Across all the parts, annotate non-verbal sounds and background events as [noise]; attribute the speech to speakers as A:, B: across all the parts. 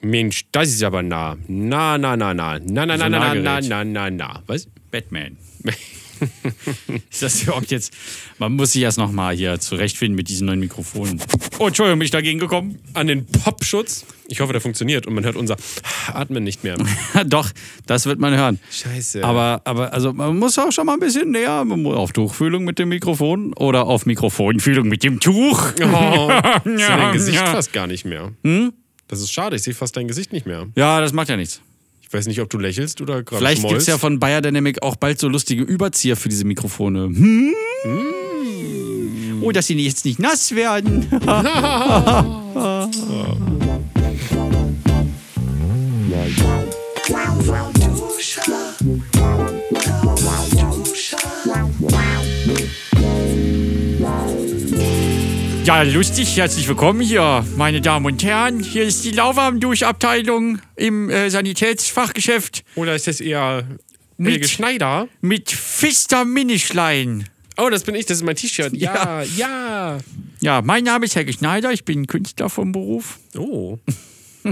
A: Mensch, das ist aber nah. Na, na, na, na. Na, na, na, na, na,
B: Solargerät.
A: na, na, na. Was?
B: Batman. [laughs] ist das überhaupt jetzt? Man muss sich erst nochmal hier zurechtfinden mit diesen neuen Mikrofonen. Oh, Entschuldigung, bin ich dagegen gekommen? [laughs]
A: An den Popschutz. Ich hoffe, der funktioniert und man hört unser Atmen nicht
B: [laughs]
A: mehr.
B: Doch, das wird man hören.
A: Scheiße.
B: [laughs] Aber, aber also man muss auch schon mal ein bisschen näher man muss auf Tuchfühlung mit dem Mikrofon oder auf Mikrofonfühlung mit dem Tuch.
A: Oh, ich sehe dein Gesicht
B: ja. Hm?
A: fast gar nicht mehr. Das ist schade, ich sehe fast dein Gesicht nicht mehr.
B: Ja, das macht ja nichts.
A: Ich weiß nicht, ob du lächelst oder gerade
B: Vielleicht gibt es
A: schmollst.
B: ja von Bayer Dynamic auch bald so lustige Überzieher für diese Mikrofone. Hm? Oh, dass sie jetzt nicht nass werden. Ja, lustig, herzlich willkommen hier, meine Damen und Herren. Hier ist die Lauwarmduschabteilung im äh, Sanitätsfachgeschäft
A: Oder ist das eher
B: Mit-
A: Helge Schneider?
B: mit Fister Minischlein.
A: Oh, das bin ich, das ist mein T-Shirt. Ja, ja,
B: Ja, mein Name ist Helge Schneider, ich bin Künstler vom Beruf. [laughs]
A: Oh.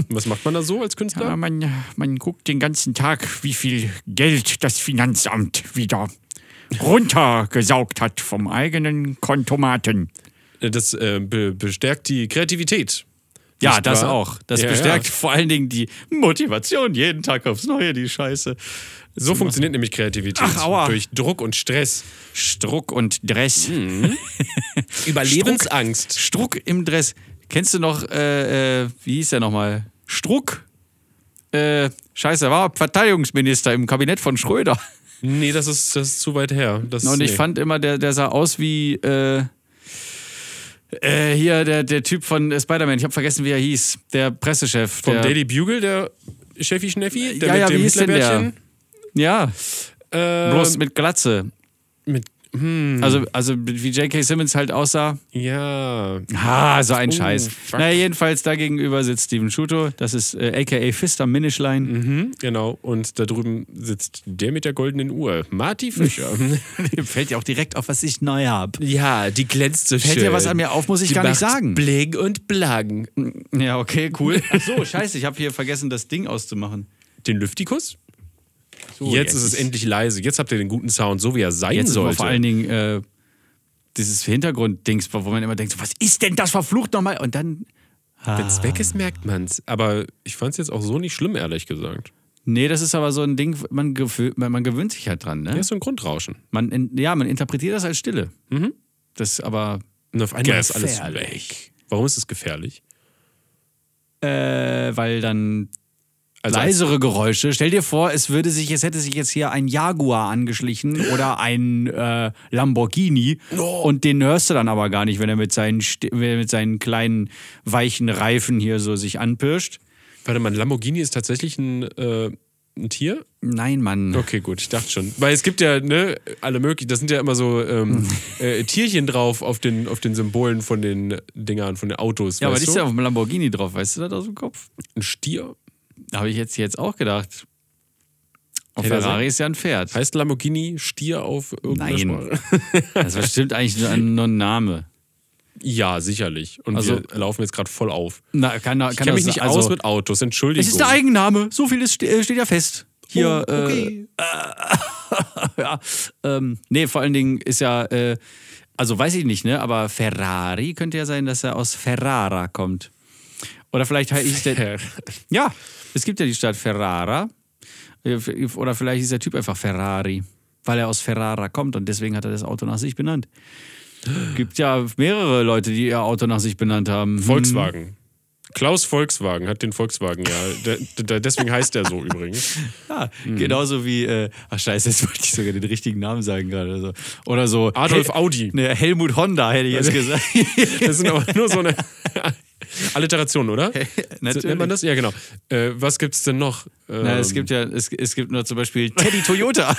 A: Was macht man da so als Künstler?
B: Ja, man, man guckt den ganzen Tag, wie viel Geld das Finanzamt wieder runtergesaugt hat vom eigenen Kontomaten.
A: Das äh, be bestärkt die Kreativität.
B: Ja,
A: Nicht
B: das
A: wahr?
B: auch. Das
A: Ja,
B: bestärkt
A: ja.
B: vor allen Dingen die Motivation jeden Tag aufs Neue, die Scheiße.
A: So funktioniert nämlich Kreativität.
B: Ach, aua.
A: Durch Druck und Stress.
B: Struck und Dress.
A: Überlebensangst.
B: Struck im Dress. Kennst du noch, äh, äh, wie hieß der nochmal? Struck? Äh, scheiße, er war Verteidigungsminister im Kabinett von
A: [laughs]
B: Schröder.
A: Nee, das ist, das ist zu weit her. Das,
B: Und ich
A: nee.
B: fand immer, der, der sah aus wie äh, äh, hier der, der Typ von äh, Spider-Man. Ich habe vergessen, wie er hieß. Der Pressechef.
A: Vom
B: der,
A: Daily Bugle, der Cheffi Schneffi, der
B: Ja,
A: mit
B: ja,
A: dem
B: wie hieß denn der?
A: Hitlerbärtchen.
B: Ja,
A: Äh,
B: bloß mit Glatze.
A: mit, hm, Mhm.
B: Also, also wie J.K. Simmons halt aussah.
A: ja.
B: Ah, so ein Scheiß.
A: Oh, fuck.
B: Naja, jedenfalls da gegenüber sitzt Steven Schuto. Das ist äh, a.k.a. Fister Minischlein.
A: Mhm, genau. Und da drüben sitzt der mit der goldenen Uhr, Marty Fischer.
B: [laughs]
A: Mhm.
B: Fällt ja auch direkt auf, was ich neu habe.
A: ja, die glänzt so
B: Fällt dir was an mir auf, muss ich gar nicht sagen.
A: Bling und Blang.
B: Ja, okay, cool. [laughs] Ach so, scheiße, ich habe hier vergessen, das Ding auszumachen.
A: Den Lüftikus?
B: So,
A: jetzt ist es endlich leise. Jetzt habt ihr den guten Sound, so wie er sein
B: Jetzt ist aber
A: sollte.
B: vor allen Dingen äh, dieses Hintergrunddings, wo man immer denkt, so, was ist denn das verflucht nochmal? Und dann,
A: Wenn es
B: Ah.
A: weg ist, merkt man's. Aber ich fand's jetzt auch so nicht schlimm, ehrlich gesagt.
B: nee, das ist aber so ein Ding, man, gefö- man, man gewöhnt sich halt dran.
A: Ja,
B: Ne?
A: ist so ein Grundrauschen.
B: Man, in, ja, man interpretiert das als Stille. Das ist aber,
A: Und auf einmal ist alles
B: Gefährlich.
A: weg. Warum ist es gefährlich?
B: äh, weil dann
A: Also als-
B: leisere Geräusche. Stell dir vor, es würde sich, es hätte sich jetzt hier ein Jaguar angeschlichen oder ein äh, Lamborghini und den hörst du dann aber gar nicht, wenn er mit seinen, Sti- wenn er mit seinen kleinen weichen Reifen hier so sich anpirscht.
A: Warte mal, ein Lamborghini ist tatsächlich ein, äh, ein Tier?
B: Nein, Mann.
A: Okay, gut, ich dachte schon. Weil es gibt ja, ne, alle möglichen, das sind ja immer so
B: [laughs]
A: ähm, äh, Tierchen drauf auf den, auf den Symbolen von den Dingern, von den Autos.
B: Ja, aber
A: weißt
B: die ist
A: du?
B: ja auf dem Lamborghini drauf, weißt du das aus dem Kopf?
A: ein Stier.
B: Habe ich jetzt, jetzt auch gedacht. Auf
A: Hätte er
B: Ferrari ist Halt ja ein Pferd.
A: Heißt Lamborghini Stier auf irgendeiner
B: Nein.
A: Sprache?
B: [laughs] Das war bestimmt eigentlich nur ein, nur ein Name.
A: Ja, sicherlich. Und
B: Also-
A: wir laufen jetzt gerade voll auf.
B: Na, kann, kann
A: Ich kenne
B: das-
A: mich nicht
B: also,
A: aus mit Autos, Entschuldigung.
B: Es ist ein Eigenname, so viel ist, ste- äh, steht ja fest. Hier,
A: Oh, okay.
B: äh, ja, ähm, nee, vor allen Dingen ist ja, äh, also weiß ich nicht, ne, aber Ferrari könnte ja sein, dass er aus Ferrara kommt. Oder vielleicht hieß der, ja, es gibt ja die Stadt Ferrara. Oder vielleicht ist der Typ einfach Ferrari, weil er aus Ferrara kommt und deswegen hat er das Auto nach sich benannt. Gibt ja mehrere Leute, die ihr Auto nach sich benannt haben. Hm.
A: Volkswagen. Klaus Volkswagen hat den Volkswagen ja. Der- der- deswegen heißt er so übrigens.
B: Ja, Ah, genauso wie, äh, ach scheiße, jetzt wollte ich sogar den richtigen Namen sagen gerade. Oder so, oder so
A: Adolf
B: Hel
A: Audi.
B: ne, Helmut Honda hätte ich [laughs] jetzt gesagt.
A: Das sind aber nur so eine [laughs] Alliteration, oder?
B: Natürlich.
A: Nennt man das? Ja, genau. Äh, was gibt's denn noch?
B: Na, es
A: Ähm,
B: gibt ja, es, es gibt nur zum Beispiel Teddy [laughs] Toyota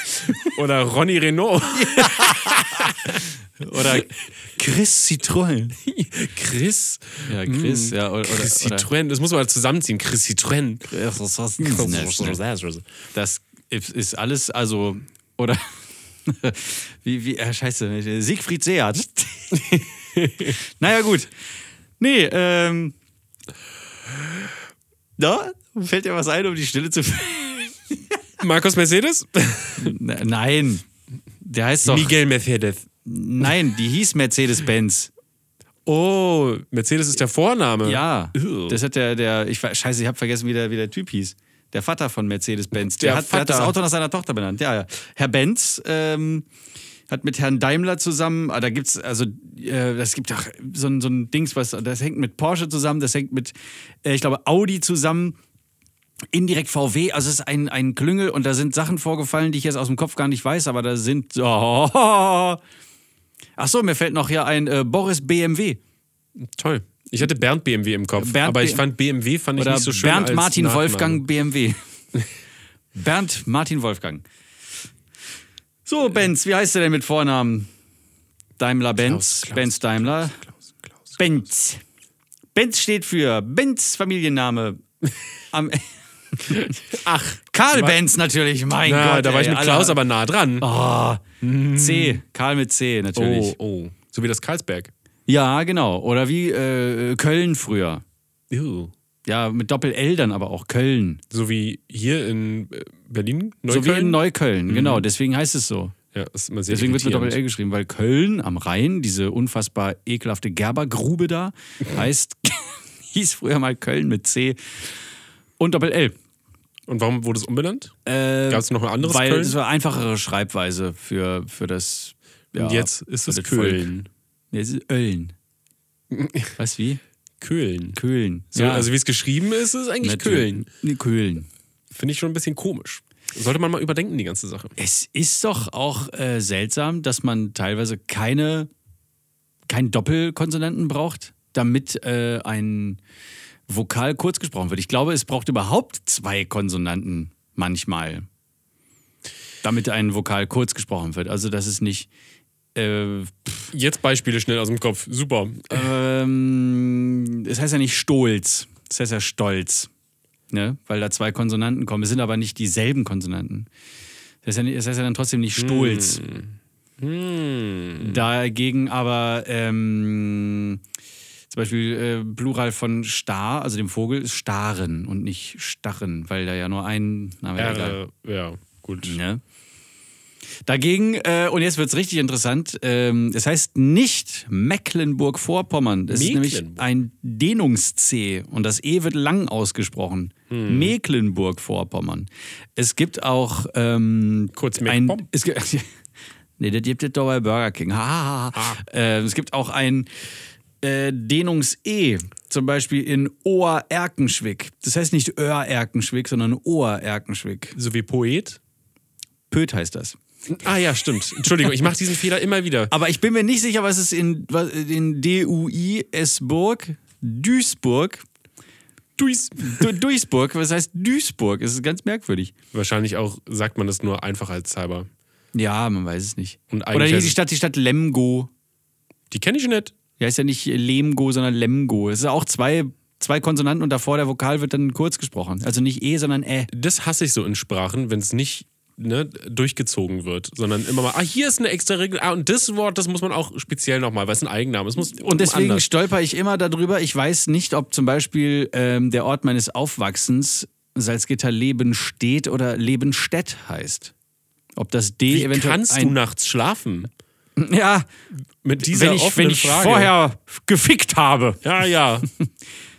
A: oder Ronny Renault.
B: oder Chris Citroën.
A: Chris.
B: Ja, Chris, ja, oder,
A: Chris
B: oder, oder
A: Citroën. Das muss man halt zusammenziehen. Chris Citroën.
B: Das ist ist alles, also, oder [laughs] wie, wie, äh, scheiße, Siegfried Seat. [laughs] naja, gut. Nee, ähm. Na, Fällt dir was ein, um die Stille zu [laughs] füllen?
A: Markus Mercedes?
B: N- Nein. Der heißt doch.
A: Miguel Mercedes.
B: Nein, die hieß Mercedes-Benz.
A: Oh, Mercedes ist der Vorname.
B: Ja.
A: Äh, Ew.
B: Das hat der, der, ich weiß, scheiße, ich habe vergessen, wie der, wie der Typ hieß. Der Vater von Mercedes-Benz. Der,
A: Der
B: hat, der hat das
A: Vater.
B: Auto nach seiner Tochter benannt. Ja, ja. Herr Benz ähm, hat mit Herrn Daimler zusammen, ah, da gibt's, also, äh, das gibt auch so ein, so ein Dings, was, das hängt mit Porsche zusammen, das hängt mit, äh, ich glaube, Audi zusammen. Indirekt VW, also es ist ein, ein Klüngel und da sind Sachen vorgefallen, die ich jetzt aus dem Kopf gar nicht weiß, aber da sind. [laughs] Oh. Ach so, mir fällt noch hier ein äh, Boris BMW.
A: Toll. Ich hatte Bernd BMW im Kopf,
B: Bernd
A: aber ich
B: B-
A: fand BMW fand ich
B: Oder
A: nicht so schön.
B: Bernd
A: als
B: Martin
A: Nachname. [laughs]
B: Wolfgang BMW. Bernd Martin Wolfgang. So, Benz, wie heißt er denn mit Vornamen? Daimler
A: Klaus,
B: Benz,
A: Klaus,
B: Benz Daimler.
A: Klaus, Klaus.
B: Benz. Benz steht für Benz Familienname.
A: [laughs]
B: Am Ach, Karl Benz natürlich, mein
A: Na,
B: Gott.
A: da war ich
B: ey,
A: mit Klaus
B: aller-
A: aber nah dran.
B: Oh, C, Karl mit C natürlich.
A: oh, oh. So wie das Karlsberg.
B: Ja, genau. Oder wie äh, Köln früher.
A: Ew.
B: Ja, mit Doppel-L dann aber auch Köln.
A: So wie hier in äh, Berlin,
B: So
A: Neukölln.
B: wie in Neukölln, genau. Deswegen heißt es so.
A: ja, das ist immer sehr
B: Deswegen wird mit
A: irritierend.
B: Doppel-L geschrieben, weil Köln am Rhein, diese unfassbar ekelhafte Gerbergrube
A: [laughs]
B: da, heißt, [laughs] hieß früher mal Köln mit C und Doppel-L.
A: Und warum wurde es umbenannt?
B: Äh,
A: Gab's noch ein anderes
B: Weil
A: Köln?
B: es war einfachere Schreibweise für, für das.
A: Und jetzt ist
B: für
A: es
B: das
A: Köln.
B: Volk. Nee, es ist
A: [laughs]
B: Ölln. Was wie?
A: Köhlen.
B: Köln.
A: So, Also wie es geschrieben ist, ist eigentlich Köhlen.
B: Nee, Köln.
A: Finde ich schon ein bisschen komisch. Sollte man mal überdenken, die ganze Sache.
B: Es ist doch auch äh, seltsam, dass man teilweise keine keinen Doppelkonsonanten braucht, damit äh, ein Vokal kurz gesprochen wird. Ich glaube, es braucht überhaupt zwei Konsonanten manchmal, damit ein Vokal kurz gesprochen wird. Also das ist nicht äh,
A: Jetzt Beispiele schnell aus dem Kopf. Super.
B: ähm, es heißt ja nicht Stolz, es heißt ja Stolz. Ne? Weil da zwei Konsonanten kommen. Es sind aber nicht dieselben Konsonanten. Das heißt ja, nicht- das heißt ja dann trotzdem nicht Stolz. Hm.
A: Mhm.
B: Dagegen aber ähm, zum Beispiel äh, Plural von Star, also dem Vogel, ist Staren und nicht Starren, weil da ja nur ein Name
A: Ja,
B: egal.
A: äh, ja gut.
B: Ne? Dagegen, äh, und jetzt wird es richtig interessant, ähm, es heißt nicht Mecklenburg-Vorpommern. Das ist nämlich
A: Mecklenburg.
B: ein Dehnungs-C und das E wird lang ausgesprochen.
A: Hm.
B: Mecklenburg-Vorpommern. Es gibt auch ähm,
A: Kurz
B: ein...
A: Meckpom.
B: Es gibt, [laughs] nee, das gibt es doch bei Burger King. Ha, ha, ha.
A: Ah.
B: Ähm, es gibt auch ein äh, Dehnungs-E, zum Beispiel in Ohr-Erkenschwick. Das heißt nicht Öhr-Erkenschwick, sondern Ohr-Erkenschwick.
A: So wie Poet.
B: Pöt heißt das.
A: Ah ja, stimmt. Entschuldigung, ich mache diesen Fehler immer wieder.
B: Aber ich bin mir nicht sicher, was es in, was, in DUI Esburg, Duisburg,
A: Duis.
B: Du- Duisburg, was heißt Duisburg? Es ist ganz merkwürdig.
A: Wahrscheinlich auch sagt man das nur einfachheitshalber.
B: Ja, man weiß es nicht.
A: Und eigentlich
B: Oder die
A: heißt es-
B: Stadt, die Stadt Lemgo.
A: Die kenne ich nicht.
B: Die heißt ja nicht Lemgo, sondern Lemgo. Es ist auch zwei, zwei Konsonanten und davor der Vokal wird dann kurz gesprochen. Also nicht E, sondern Ä.
A: Das hasse ich so in Sprachen, wenn es nicht ne, durchgezogen wird, sondern immer mal, ah, hier ist eine extra Regel. Ah, und das Wort, das muss man auch speziell nochmal, weil es ein Eigenname ist. Muss
B: Und deswegen
A: anders.
B: stolper ich immer darüber. Ich weiß nicht, ob zum Beispiel ähm, der Ort meines Aufwachsens Salzgitter Lebenstedt oder Lebenstedt heißt. Ob das D
A: Wie
B: eventuell
A: kannst
B: ein
A: du nachts schlafen?
B: [laughs] Ja,
A: Mit dieser
B: wenn ich, wenn
A: offenen
B: ich
A: Frage.
B: vorher gefickt habe,
A: Ja,
B: [laughs]
A: ja.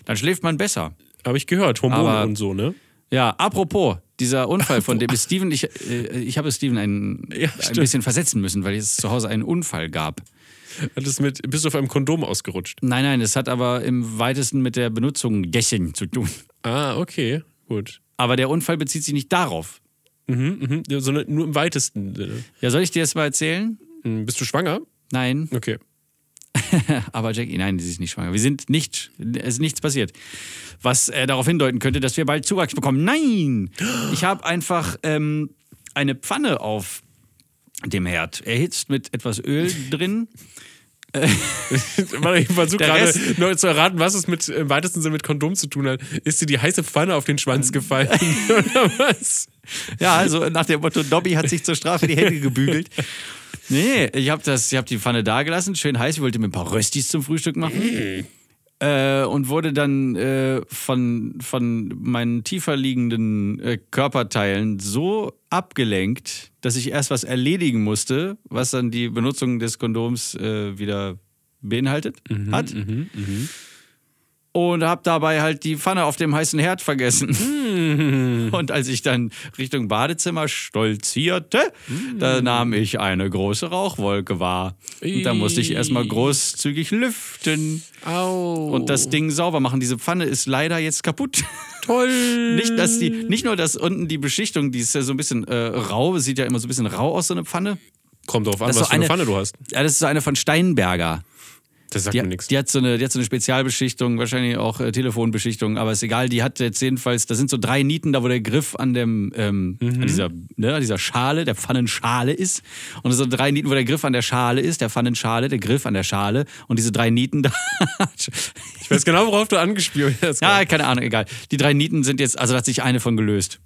B: dann schläft man besser.
A: Habe ich gehört. Hormone
B: Aber-
A: und so, ne?
B: Ja, apropos, dieser Unfall von dem Steven, ich, äh, ich habe Steven einen,
A: Ja,
B: ein
A: stimmt.
B: bisschen versetzen müssen, weil es zu Hause einen Unfall gab.
A: Hat es mit, bist du auf einem Kondom ausgerutscht?
B: Nein, nein, es hat aber im weitesten mit der Benutzung Gächen zu tun.
A: Ah, okay. Gut.
B: Aber der Unfall bezieht sich nicht darauf.
A: Mhm, mhm. So, ne- nur im weitesten Sinne.
B: Ja, soll ich dir das mal erzählen?
A: Hm, Bist du schwanger?
B: Nein, [laughs]
A: Okay.
B: aber Jackie, nein, sie ist nicht schwanger. Wir sind nicht, es ist nichts passiert. Was äh, darauf hindeuten könnte, dass wir bald Zuwachs bekommen. Nein! Ich habe einfach ähm, eine Pfanne auf dem Herd. Erhitzt mit etwas Öl drin.
A: Warte, ich versuche
B: Der
A: gerade
B: Rest-
A: neu zu erraten, was es mit, im weitesten Sinne mit Kondom zu tun hat. Ist dir die heiße Pfanne auf den Schwanz
B: [laughs]
A: gefallen? Oder was?
B: Ja, also nach dem Motto, Dobby hat sich zur Strafe die Hände gebügelt. Nee, ich habe hab die Pfanne da gelassen, schön heiß. Ich wollte mir ein paar Röstis zum Frühstück machen. Äh, und wurde dann äh, von, von meinen tiefer liegenden äh, Körperteilen so abgelenkt, dass ich erst was erledigen musste, was dann die Benutzung des Kondoms äh, wieder beinhaltet hat. Und habe dabei halt die Pfanne auf dem heißen Herd vergessen. [laughs] Und als ich dann Richtung Badezimmer stolzierte,
A: Mm.
B: da nahm ich eine große Rauchwolke wahr. Und da musste ich erstmal großzügig lüften
A: Au.
B: und das Ding sauber machen. Diese Pfanne ist leider jetzt kaputt. [laughs]
A: Toll.
B: Nicht, dass die,
A: Mm.
B: nicht nur, dass unten die Beschichtung, die ist ja so ein bisschen äh, rau, sieht ja immer so ein bisschen rau aus, so eine Pfanne.
A: Kommt drauf an,
B: Das ist
A: was
B: so
A: für eine,
B: eine-
A: Pfanne du hast.
B: Ja, das ist so eine von Steinberger.
A: Das sagt
B: Die,
A: mir nichts.
B: die, hat so eine, die hat so eine Spezialbeschichtung, wahrscheinlich auch äh, Telefonbeschichtung, aber ist egal. Die hat jetzt jedenfalls, da sind so drei Nieten, da wo der Griff an, dem, ähm,
A: Mhm.
B: an dieser, ne, an dieser Schale, der Pfannenschale ist. Und so drei Nieten, wo der Griff an der Schale ist, der Pfannenschale, der Griff an der Schale. Und diese drei Nieten, da [laughs]
A: Ich weiß genau, worauf du angespielt hast.
B: Ja, keine Ahnung, egal. Die drei Nieten sind jetzt, also da hat sich eine von gelöst.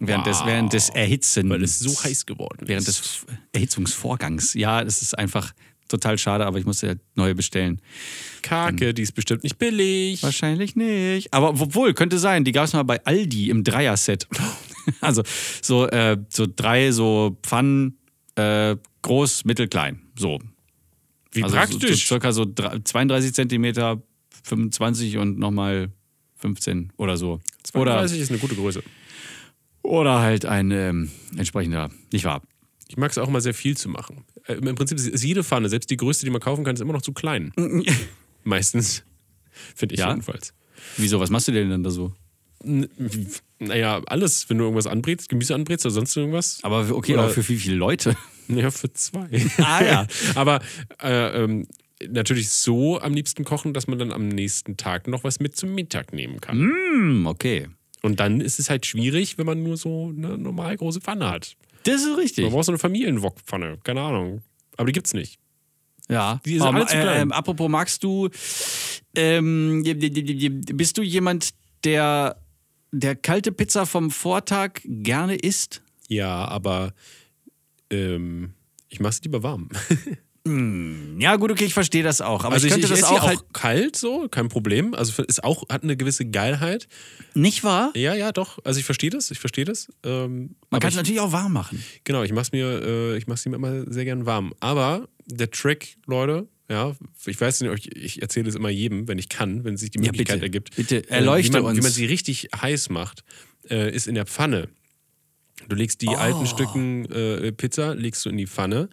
B: Während, des, während des Erhitzen. Weil
A: es so heiß geworden
B: Während
A: ist.
B: des Erhitzungsvorgangs. Ja, das ist einfach total schade, aber ich musste ja neue bestellen.
A: Kake, die ist bestimmt nicht billig.
B: Wahrscheinlich nicht. Aber obwohl, könnte sein. Die gab es mal bei Aldi im Dreier-Set. [laughs] Also so, äh, so drei so Pfannen, äh, groß, mittel, klein. So.
A: Wie
B: Also So, so
A: praktisch.
B: circa so drei- 32 Zentimeter, 25 und nochmal 15 oder so. Oder
A: 32 ist eine gute Größe.
B: Oder halt ein ähm, entsprechender, nicht wahr? [laughs]
A: Ich mag es auch mal sehr viel zu machen. Äh, Im Prinzip ist jede Pfanne, selbst die größte, die man kaufen kann, ist immer noch zu klein. Meistens. Finde ich
B: Mm. Ja?
A: jedenfalls.
B: Wieso, was machst du denn dann da so?
A: N- wie- Naja, alles, wenn du irgendwas anbrätst, Gemüse anbrätst oder sonst irgendwas.
B: Aber okay,
A: Oder-
B: aber für wie viele Leute?
A: Ja, für zwei. [laughs]
B: Ah, ja.
A: Aber äh, ähm, natürlich so am liebsten kochen, dass man dann am nächsten Tag noch was mit zum Mittag nehmen kann.
B: Hm, okay.
A: Und dann ist es halt schwierig, wenn man nur so eine normal große Pfanne hat.
B: Das ist richtig.
A: Man braucht so eine Familienwokpfanne, keine Ahnung. Aber die gibt's nicht.
B: Ja.
A: Die sind alle zu klein.
B: ähm, apropos, magst du, ähm, j- j- j- j- bist du jemand, der, der kalte Pizza vom Vortag gerne isst?
A: Ja, aber ähm, ich mache es lieber warm.
B: Ja, gut, okay, ich verstehe das auch. Aber
A: Also
B: ich
A: ich,
B: könnte
A: ich
B: das
A: esse
B: auch,
A: auch, auch
B: halt,
A: kalt so, kein Problem. Also ist auch, hat eine gewisse Geilheit.
B: nicht wahr?
A: Ja, ja, doch. Also ich verstehe das, ich verstehe das. Ähm,
B: Man
A: aber
B: kann es natürlich auch warm machen.
A: Genau, ich mach's mir, äh, ich mach's mir immer sehr gern warm. Aber der Trick, Leute, ja, ich weiß nicht, ob ich, ich erzähle es immer jedem, wenn ich kann, wenn sich die Möglichkeit
B: bitte.
A: ergibt.
B: Bitte,
A: Äh,
B: erleuchte
A: wie man,
B: uns.
A: Wie man sie richtig heiß macht, äh, ist in der Pfanne. Du legst
B: Oh.
A: die alten Stücken äh, Pizza, legst du in die Pfanne,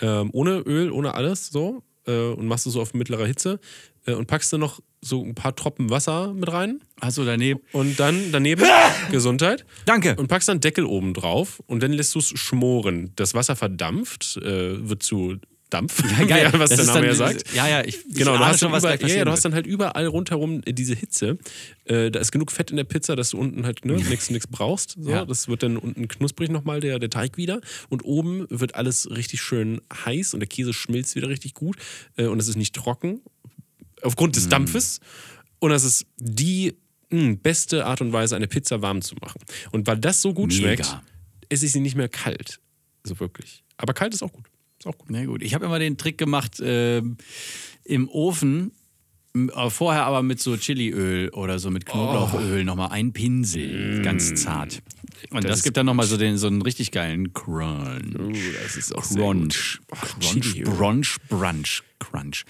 A: ähm, ohne Öl, ohne alles, so, äh, und machst du so auf mittlerer Hitze äh, und packst dann noch so ein paar Tropfen Wasser mit rein
B: Also daneben.
A: und dann daneben Gesundheit.
B: Ah! Danke.
A: Und packst dann Deckel oben drauf und dann lässt du es schmoren. Das Wasser verdampft, äh, wird zu Dampf,
B: Geil,
A: was der
B: das ist
A: Name [laughs]
B: dann
A: ja
B: diese-
A: sagt.
B: Ja, ja, ich,
A: Genau,
B: ich
A: du
B: ahne
A: hast,
B: schon,
A: dann
B: was
A: überall,
B: gleich
A: ja, ja, du
B: passieren wird.
A: hast dann halt überall rundherum äh, diese Hitze. Äh, da ist genug Fett in der Pizza, dass du unten halt ne, nichts brauchst. So.
B: Ja.
A: Das wird dann unten knusprig nochmal, der, der Teig wieder. Und oben wird alles richtig schön heiß und der Käse schmilzt wieder richtig gut. Äh, und es ist nicht trocken. Aufgrund
B: Hm.
A: des Dampfes. Und das ist die mh, beste Art und Weise, eine Pizza warm zu machen. Und weil das so gut
B: Mega.
A: schmeckt, esse ich sie nicht mehr kalt. So wirklich. Aber kalt ist auch gut. Ist auch gut.
B: Na gut, ich habe immer den Trick gemacht, ähm, im Ofen, m- äh, vorher aber mit so Chiliöl oder so mit Knoblauchöl nochmal einen Pinsel, ganz zart. Und das,
A: ist
B: gibt dann nochmal so, den, so einen richtig geilen Crunch.
A: das ist auch
B: Crunch. Crunch,
A: Chiliöl.
B: Brunch, Brunch, Crunch.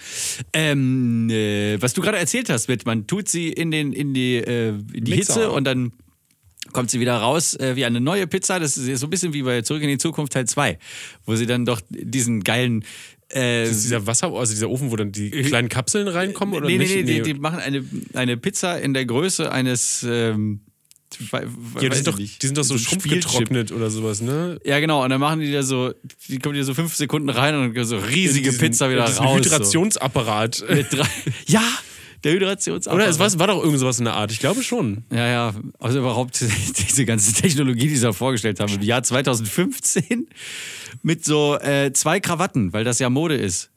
B: Ähm, äh, was du gerade erzählt hast, mit man tut sie in, den, in die, äh, in die
A: Mixer.
B: Hitze und dann kommt sie wieder raus äh, wie eine neue Pizza. Das ist so ein bisschen wie bei Zurück in die Zukunft Teil 2, wo sie dann doch diesen geilen. Äh,
A: Ist dieser Wasser, also dieser Ofen, wo dann die kleinen Kapseln reinkommen oder
B: nee,
A: nicht?
B: nee, nee, die, die machen eine, eine Pizza in der Größe eines. Ähm, ja,
A: ja, die, sind doch, die sind doch so schrumpfgetrocknet oder sowas, ne?
B: Ja, genau. Und dann machen die da so, die kommen die so fünf Sekunden rein und dann kommt so riesige
A: Diesen-
B: Pizza wieder
A: diesen
B: raus. So.
A: Hydrationsapparat.
B: [laughs]
A: [laughs]
B: Mit drei, ja, der Hydrationsapparat.
A: Oder es war, war doch irgend sowas in der Art, ich glaube schon.
B: Ja, ja. Also überhaupt [laughs] diese ganze Technologie, die sie da vorgestellt haben, im Jahr 2015 mit so äh, zwei Krawatten, weil das ja Mode ist.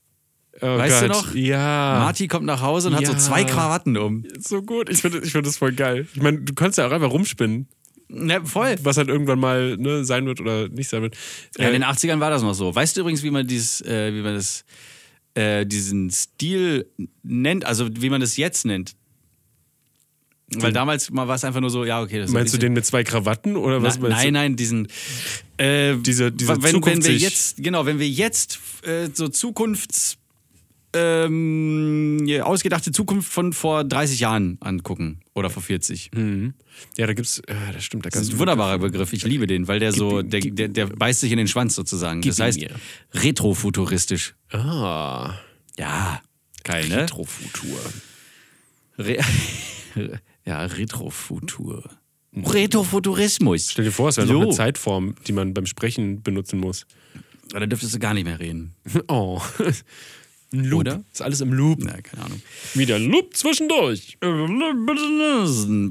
A: Oh
B: Weißt du
A: Gott,
B: noch?
A: Ja.
B: Marty kommt nach Hause und hat so
A: Ah. Ja.
B: zwei Krawatten um.
A: So gut, ich finde ich find das voll geil. Ich meine, du kannst ja auch einfach rumspinnen,
B: Ne, voll.
A: was halt irgendwann mal ne, sein wird oder nicht sein wird.
B: Ja,
A: Äh,
B: in den 80ern war das noch so. Weißt du übrigens, wie man dieses, äh, wie man das äh, diesen Stil nennt, also wie man das jetzt nennt. Weil damals mal war es einfach nur so, ja, okay. Das ist ein
A: Hm. Meinst du
B: bisschen-
A: den mit zwei Krawatten oder was
B: Na,
A: meinst
B: nein,
A: du?
B: nein, diesen. Äh,
A: Diese- diese
B: wenn, wenn wir
A: Zukunftssicht.
B: jetzt, genau, wenn wir jetzt äh, so Zukunfts. Ähm, ja, ausgedachte Zukunft von vor 30 Jahren angucken oder vor 40.
A: Hm. Ja, da gibt's, ja, das stimmt, da
B: Das
A: kannst
B: ist ein
A: du.
B: wunderbarer Begriff, ich liebe den, weil der so,
A: ihm,
B: der,
A: gib
B: der, der beißt sich in den Schwanz sozusagen. Das
A: ihn
B: heißt,
A: mir.
B: retrofuturistisch.
A: Ah,
B: Ja, geil, ne?
A: Retrofutur.
B: Re [laughs] ja, Retrofutur. Retrofuturismus.
A: Mhm. Stell dir vor, es wäre noch eine
B: So.
A: Zeitform, die man beim Sprechen benutzen muss. [laughs]
B: Aber Da dürftest du gar nicht mehr reden.
A: Oh. Ein Loop.
B: Oder?
A: Ist alles im Loop.
B: Na, keine Ahnung.
A: Wieder ein Loop zwischendurch. So.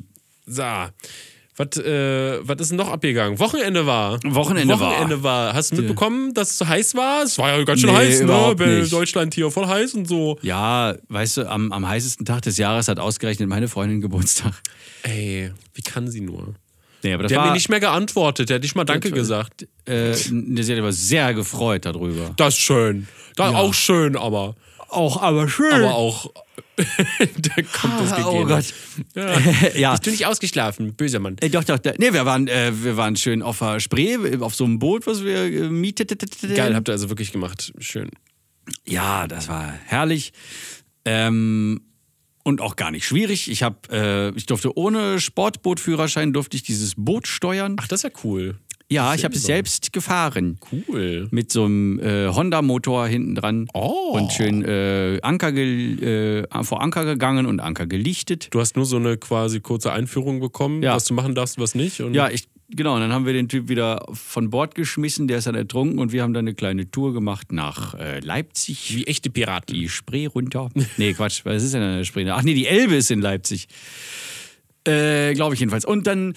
A: Was, äh, was ist denn noch abgegangen? Wochenende war.
B: Wochenende war.
A: Wochenende war. Hast du mitbekommen, dass es so heiß war? Es war ja ganz schön
B: Nee,
A: heiß, ne?
B: überhaupt
A: Bei
B: nicht.
A: Deutschland hier voll heiß und so.
B: Ja, weißt du, am, am heißesten Tag des Jahres hat ausgerechnet meine Freundin Geburtstag.
A: Ey, wie kann sie nur?
B: Nee, aber das
A: Der hat
B: war,
A: mir nicht mehr geantwortet, der hat nicht mal Danke
B: Das war-
A: gesagt.
B: äh, n- sie hat aber sehr gefreut darüber.
A: Das ist schön. Das
B: Ja.
A: auch schön, aber.
B: Auch, aber schön.
A: Aber auch. [laughs] da kommt [laughs] das
B: Ah,
A: gegeben.
B: oh Gott.
A: Ja.
B: [laughs] Ja.
A: Bist du nicht ausgeschlafen, böser Mann?
B: Äh, doch, doch, da, nee, wir waren, äh, wir waren schön auf der Spree, äh, auf so einem Boot, was wir äh, mietet.
A: Geil, habt ihr also wirklich gemacht. Schön.
B: Ja, das war herrlich. Ähm, und auch gar nicht schwierig. Ich habe, äh, ich durfte ohne Sportbootführerschein durfte ich dieses Boot steuern.
A: Ach, das ist ja cool.
B: ja, ich habe es selbst gefahren.
A: Cool.
B: Mit so einem äh, Honda-Motor hinten dran.
A: Oh.
B: Und schön äh, Anker gel- äh, vor Anker gegangen und Anker gelichtet.
A: Du hast nur so eine quasi kurze Einführung bekommen,
B: Ja.
A: was du machen darfst, was nicht. Und
B: Ja, ich, genau. Und dann haben wir den Typ wieder von Bord geschmissen, der ist dann ertrunken und wir haben dann eine kleine Tour gemacht nach äh, Leipzig.
A: wie echte Piraten.
B: Die Spree runter. Nee, Quatsch, [laughs] was ist denn eine Spree? Ach nee, die Elbe ist in Leipzig. Äh, Glaube ich jedenfalls. Und dann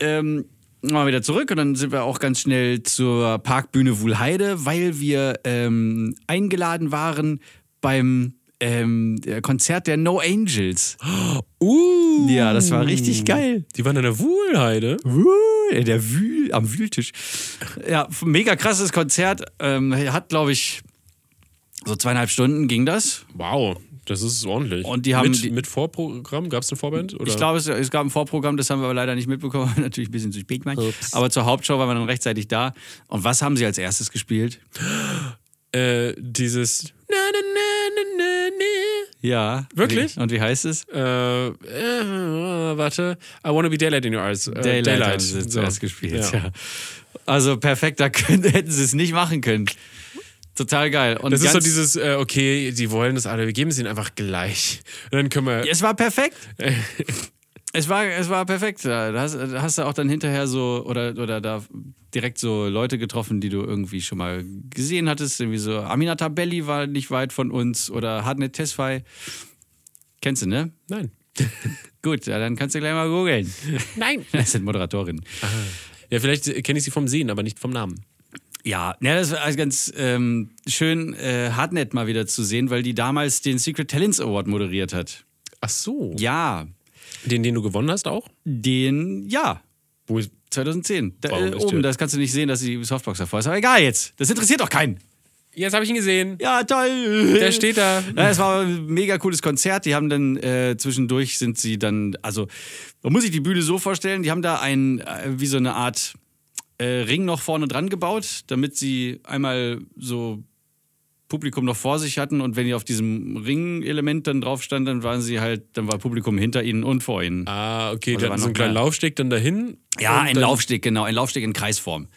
B: ähm, mal wieder zurück und dann sind wir auch ganz schnell zur Parkbühne Wuhlheide, weil wir ähm, eingeladen waren beim ähm, Konzert der No Angels.
A: Uh,
B: Ja, das war richtig geil.
A: die waren in der Wuhlheide.
B: Wuh, Der Wühl, am Wühltisch. Ja, mega krasses Konzert. Ähm, hat, glaube ich, so zweieinhalb Stunden ging das.
A: Wow, das ist ordentlich.
B: Und die haben
A: mit,
B: die-
A: mit Vorprogramm, gab es eine Vorband? Oder?
B: Ich glaube, es, es gab ein Vorprogramm, das haben wir aber leider nicht mitbekommen. [laughs] Natürlich ein bisschen zu spät gemacht.
A: Ups.
B: Aber zur Hauptshow waren wir dann rechtzeitig da. Und was haben sie als erstes gespielt?
A: äh, dieses. Na, na, na, na, na, na.
B: Ja.
A: Wirklich?
B: Wie, und wie heißt es?
A: Äh, äh, warte. I wanna be daylight in your eyes. Äh,
B: Daylight, haben sie zuerst gespielt. [laughs]
A: Ja.
B: Ja. Also perfekt, da [laughs] können, hätten sie es nicht machen können. Total geil. Und
A: Das ist so
B: ganz-
A: dieses, äh, okay, die wollen das alle, wir geben es ihnen einfach gleich. Und dann können wir.
B: Es war perfekt. es, war, es war perfekt. Da hast, da hast du auch dann hinterher so oder, oder da direkt so Leute getroffen, die du irgendwie schon mal gesehen hattest. Irgendwie so Aminata Belli war nicht weit von uns oder Hadnet Tesfai. Kennst du, ne?
A: [laughs] Nein.
B: Gut, ja, dann kannst du gleich mal googeln. [laughs]
A: Nein.
B: Das sind Moderatorinnen.
A: Ja, vielleicht äh, kenne ich sie vom Sehen, aber nicht vom Namen.
B: Ja, ja, das war also ganz ähm, schön, äh, Hartnett mal wieder zu sehen, weil die damals den Secret Talents Award moderiert hat.
A: Ach so.
B: Ja,
A: Den, den du gewonnen hast auch?
B: den, ja,
A: Wo ist,
B: 2010. Da,
A: Warum
B: äh,
A: ist
B: oben,
A: der-
B: das kannst du nicht sehen, dass die Softbox davor ist. Aber egal jetzt. Das interessiert doch keinen.
A: Jetzt habe ich ihn gesehen.
B: Ja, toll.
A: Der steht da.
B: Ja, es war ein mega cooles Konzert. Die haben dann äh, zwischendurch sind sie dann, also man muss sich die Bühne so vorstellen, die haben da ein, äh, wie so eine Art äh, Ring noch vorne dran gebaut, damit sie einmal so Publikum noch vor sich hatten und wenn die auf diesem Ring-Element dann drauf stand, dann waren sie halt, dann war Publikum hinter ihnen und vor ihnen.
A: Ah, okay,
B: Oder
A: dann
B: war
A: so
B: noch
A: einen kleinen
B: mehr?
A: Laufsteg dann dahin.
B: Ja,
A: Und
B: ein
A: dann-
B: Laufsteg, genau, ein Laufsteg in Kreisform.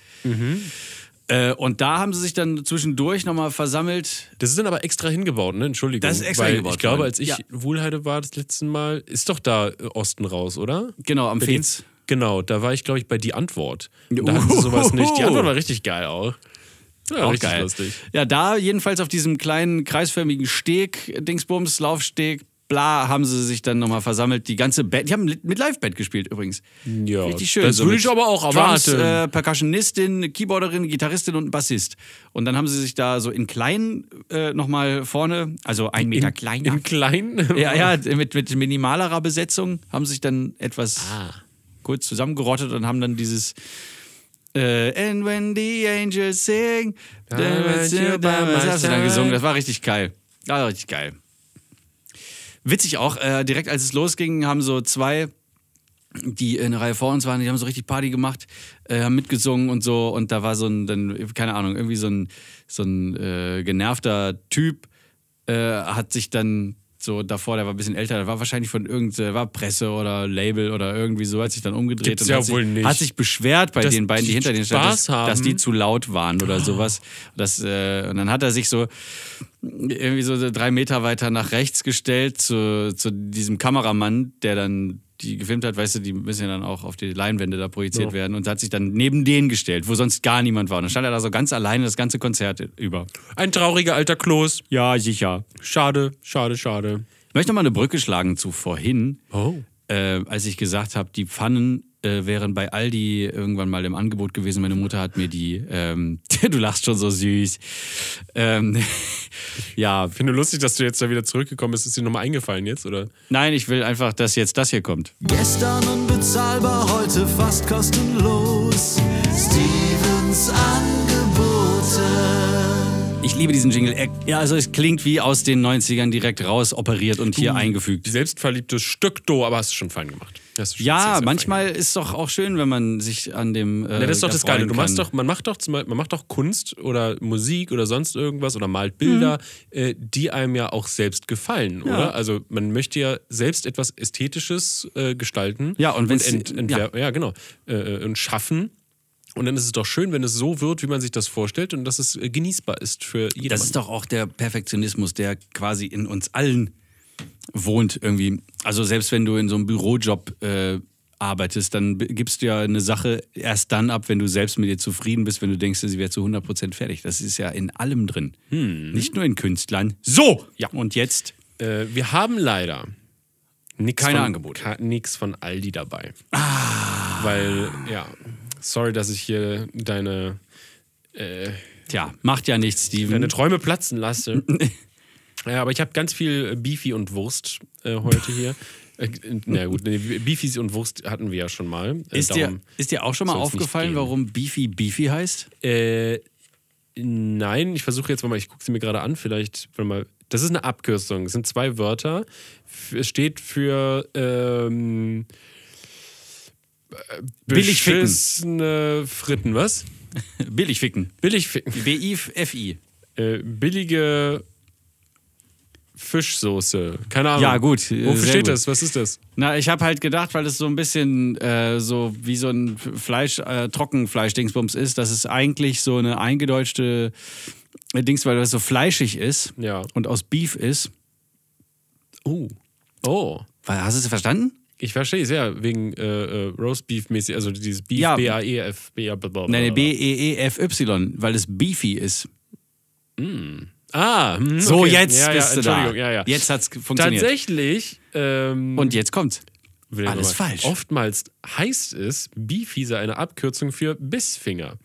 B: Äh, und da haben sie sich dann zwischendurch nochmal versammelt.
A: Das ist dann aber extra hingebaut, ne? Entschuldigung.
B: Das ist extra
A: weil Ich
B: hingebaut
A: glaube,
B: worden.
A: als ich
B: Ja.
A: Wohlheide war das letzte Mal, ist doch da äh, Osten raus, oder?
B: Genau, am
A: Bei den-
B: Fez.
A: Genau, da war ich, glaube ich, bei Die Antwort. Und Da hatten sie sowas nicht.
B: [laughs]
A: Die Antwort war richtig geil auch. Ja,
B: Auch
A: richtig
B: geil.
A: lustig.
B: Ja, da jedenfalls auf diesem kleinen kreisförmigen Steg, äh, Dingsbums, Laufsteg, bla, haben sie sich dann nochmal versammelt. Die ganze Band, die haben li- mit Live-Band gespielt übrigens.
A: Ja,
B: Richtig schön.
A: das
B: so
A: würde
B: mit
A: ich aber auch
B: Drums,
A: erwarten.
B: äh, Percussionistin, Keyboarderin, Gitarristin und ein Bassist. Und dann haben sie sich da so in klein äh, nochmal vorne, also ein Meter kleiner.
A: Im Kleinen.
B: [laughs] Ja, ja, mit, mit minimalerer Besetzung haben sich dann etwas
A: Ah.
B: kurz zusammengerottet und haben dann dieses äh, And when the angels sing,
A: Da
B: dann
A: wird you by my
B: hast du dann gesungen.
A: side.
B: Das war richtig geil. Ja, richtig geil. Witzig auch, äh, direkt als es losging, haben so zwei, die in der Reihe vor uns waren, die haben so richtig Party gemacht, äh, haben mitgesungen und so. Und da war so ein, dann, keine Ahnung, irgendwie so ein, so ein äh, genervter Typ, äh, hat sich dann so davor, der war ein bisschen älter, der war wahrscheinlich von irgendeiner, war Presse oder Label oder irgendwie so, hat sich dann umgedreht
A: Gibt's
B: und
A: ja
B: hat, sich,
A: wohl nicht.
B: hat sich beschwert bei
A: Dass
B: den beiden, die
A: die
B: hinter denen
A: Spaß
B: standen, dass, dass
A: haben. Ah.
B: die zu laut waren oder sowas. Das, äh, und dann hat er sich so irgendwie so drei Meter weiter nach rechts gestellt zu, zu diesem Kameramann, der dann die gefilmt hat, weißt du, die müssen ja dann auch auf die Leinwände da projiziert
A: Ja.
B: werden und hat sich dann neben den gestellt, wo sonst gar niemand war. Und dann stand er da so ganz alleine das ganze Konzert über.
A: Ein trauriger alter Kloß.
B: Ja, sicher.
A: Schade, schade, schade.
B: Ich möchte noch mal eine Brücke schlagen zu vorhin,
A: Oh.
B: äh, als ich gesagt habe, die Pfannen äh, wären bei Aldi irgendwann mal im Angebot gewesen. Meine Mutter hat mir die, ähm, [laughs] du lachst schon so süß. Ähm, [laughs] ja,
A: Finde lustig, dass du jetzt da wieder zurückgekommen bist. Ist dir nochmal eingefallen jetzt, oder?
B: nein, ich will einfach, dass jetzt das hier kommt.
C: Gestern unbezahlbar, heute fast kostenlos. Stevens Angebote.
B: Ich liebe diesen Jingle. Er- Ja, also es klingt wie aus den 90ern direkt raus operiert und
C: Uh.
B: hier eingefügt.
A: Selbstverliebtes Stück Do, aber hast du schon fein gemacht. Hast du schon sehr, sehr
B: Ja,
A: fein
B: manchmal ist doch auch schön, wenn man sich an dem. Äh,
A: Ja, das ist doch das Geile.
B: erfreuen
A: Du machst
B: kann.
A: doch, man macht doch, zum Beispiel- man macht doch Kunst oder Musik oder sonst irgendwas oder
B: Mhm.
A: malt Bilder, äh, die einem ja auch selbst gefallen, oder? Also man möchte ja selbst etwas Ästhetisches äh, gestalten.
B: Ja, und wenn's-
A: ent, entwer- ja. genau. Äh, und schaffen. Und dann ist es doch schön, wenn es so wird, wie man sich das vorstellt und dass es äh, genießbar ist für jedermann.
B: Das ist doch auch der Perfektionismus, der quasi in uns allen wohnt irgendwie. Also selbst wenn du in so einem Bürojob äh, arbeitest, dann b- gibst du ja eine Sache erst dann ab, wenn du selbst mit ihr zufrieden bist, wenn du denkst, sie wäre zu 100% fertig. Das ist ja in allem drin. Nicht nur in Künstlern. So!
A: Hm. Ja.
B: Und jetzt
A: äh, wir haben leider nix
B: Keine
A: von,
B: Angebote. Ah.
A: ka- Nix von Aldi dabei. Weil, ja, sorry, dass ich hier deine
B: Tja, macht ja nichts, Steven.
A: deine Träume platzen [laughs] lasse. ja, aber ich habe ganz viel äh, Beefy und Wurst äh, heute [laughs] hier. Äh, na gut, nee, Beefies und Wurst hatten wir ja schon mal. Äh,
B: Ist dir, ist dir auch schon mal
A: soll's nicht
B: aufgefallen,
A: gehen.
B: warum Beefy Beefy heißt?
A: äh, nein, ich versuche jetzt mal, ich gucke sie mir gerade an, vielleicht. Warte mal. Das ist eine Abkürzung. Es sind zwei Wörter. F- Es steht für ähm, äh,
B: Billig ficken.
A: beschissene Fritten, was?
B: Billig ficken.
A: Billig ficken.
B: B-I-F-I.
A: äh, billige Fischsoße. Keine Ahnung.
B: Ja, gut, äh,
A: Wofür
B: sehr
A: steht
B: gut.
A: das? Was ist das?
B: Na, ich habe halt gedacht, weil es so ein bisschen äh, so wie so ein Fleisch, äh, Trockenfleisch-Dingsbums ist, dass es eigentlich so eine eingedeutschte äh, Dings, weil das so fleischig ist
A: Ja.
B: und aus Beef ist.
A: Uh. Oh.
B: Wa- Hast du es verstanden?
A: Ich verstehe es, ja, wegen äh, äh, Roastbeef-mäßig, also dieses Beef,
B: Ja.
A: B-A-E-F, b a b
B: Nein, E B-E-E-F-Y, weil es Beefy ist.
A: Ah, hm,
B: So,
A: okay.
B: jetzt
A: ja,
B: bist
A: ja,
B: du da.
A: Entschuldigung, Ja, ja.
B: Jetzt hat's g- funktioniert.
A: Tatsächlich. Ähm,
B: Und jetzt kommt's.
A: will ich
B: alles
A: mal-
B: falsch.
A: Oftmals heißt es, Beefy sei eine Abkürzung für
B: [laughs]
A: Bissfinger.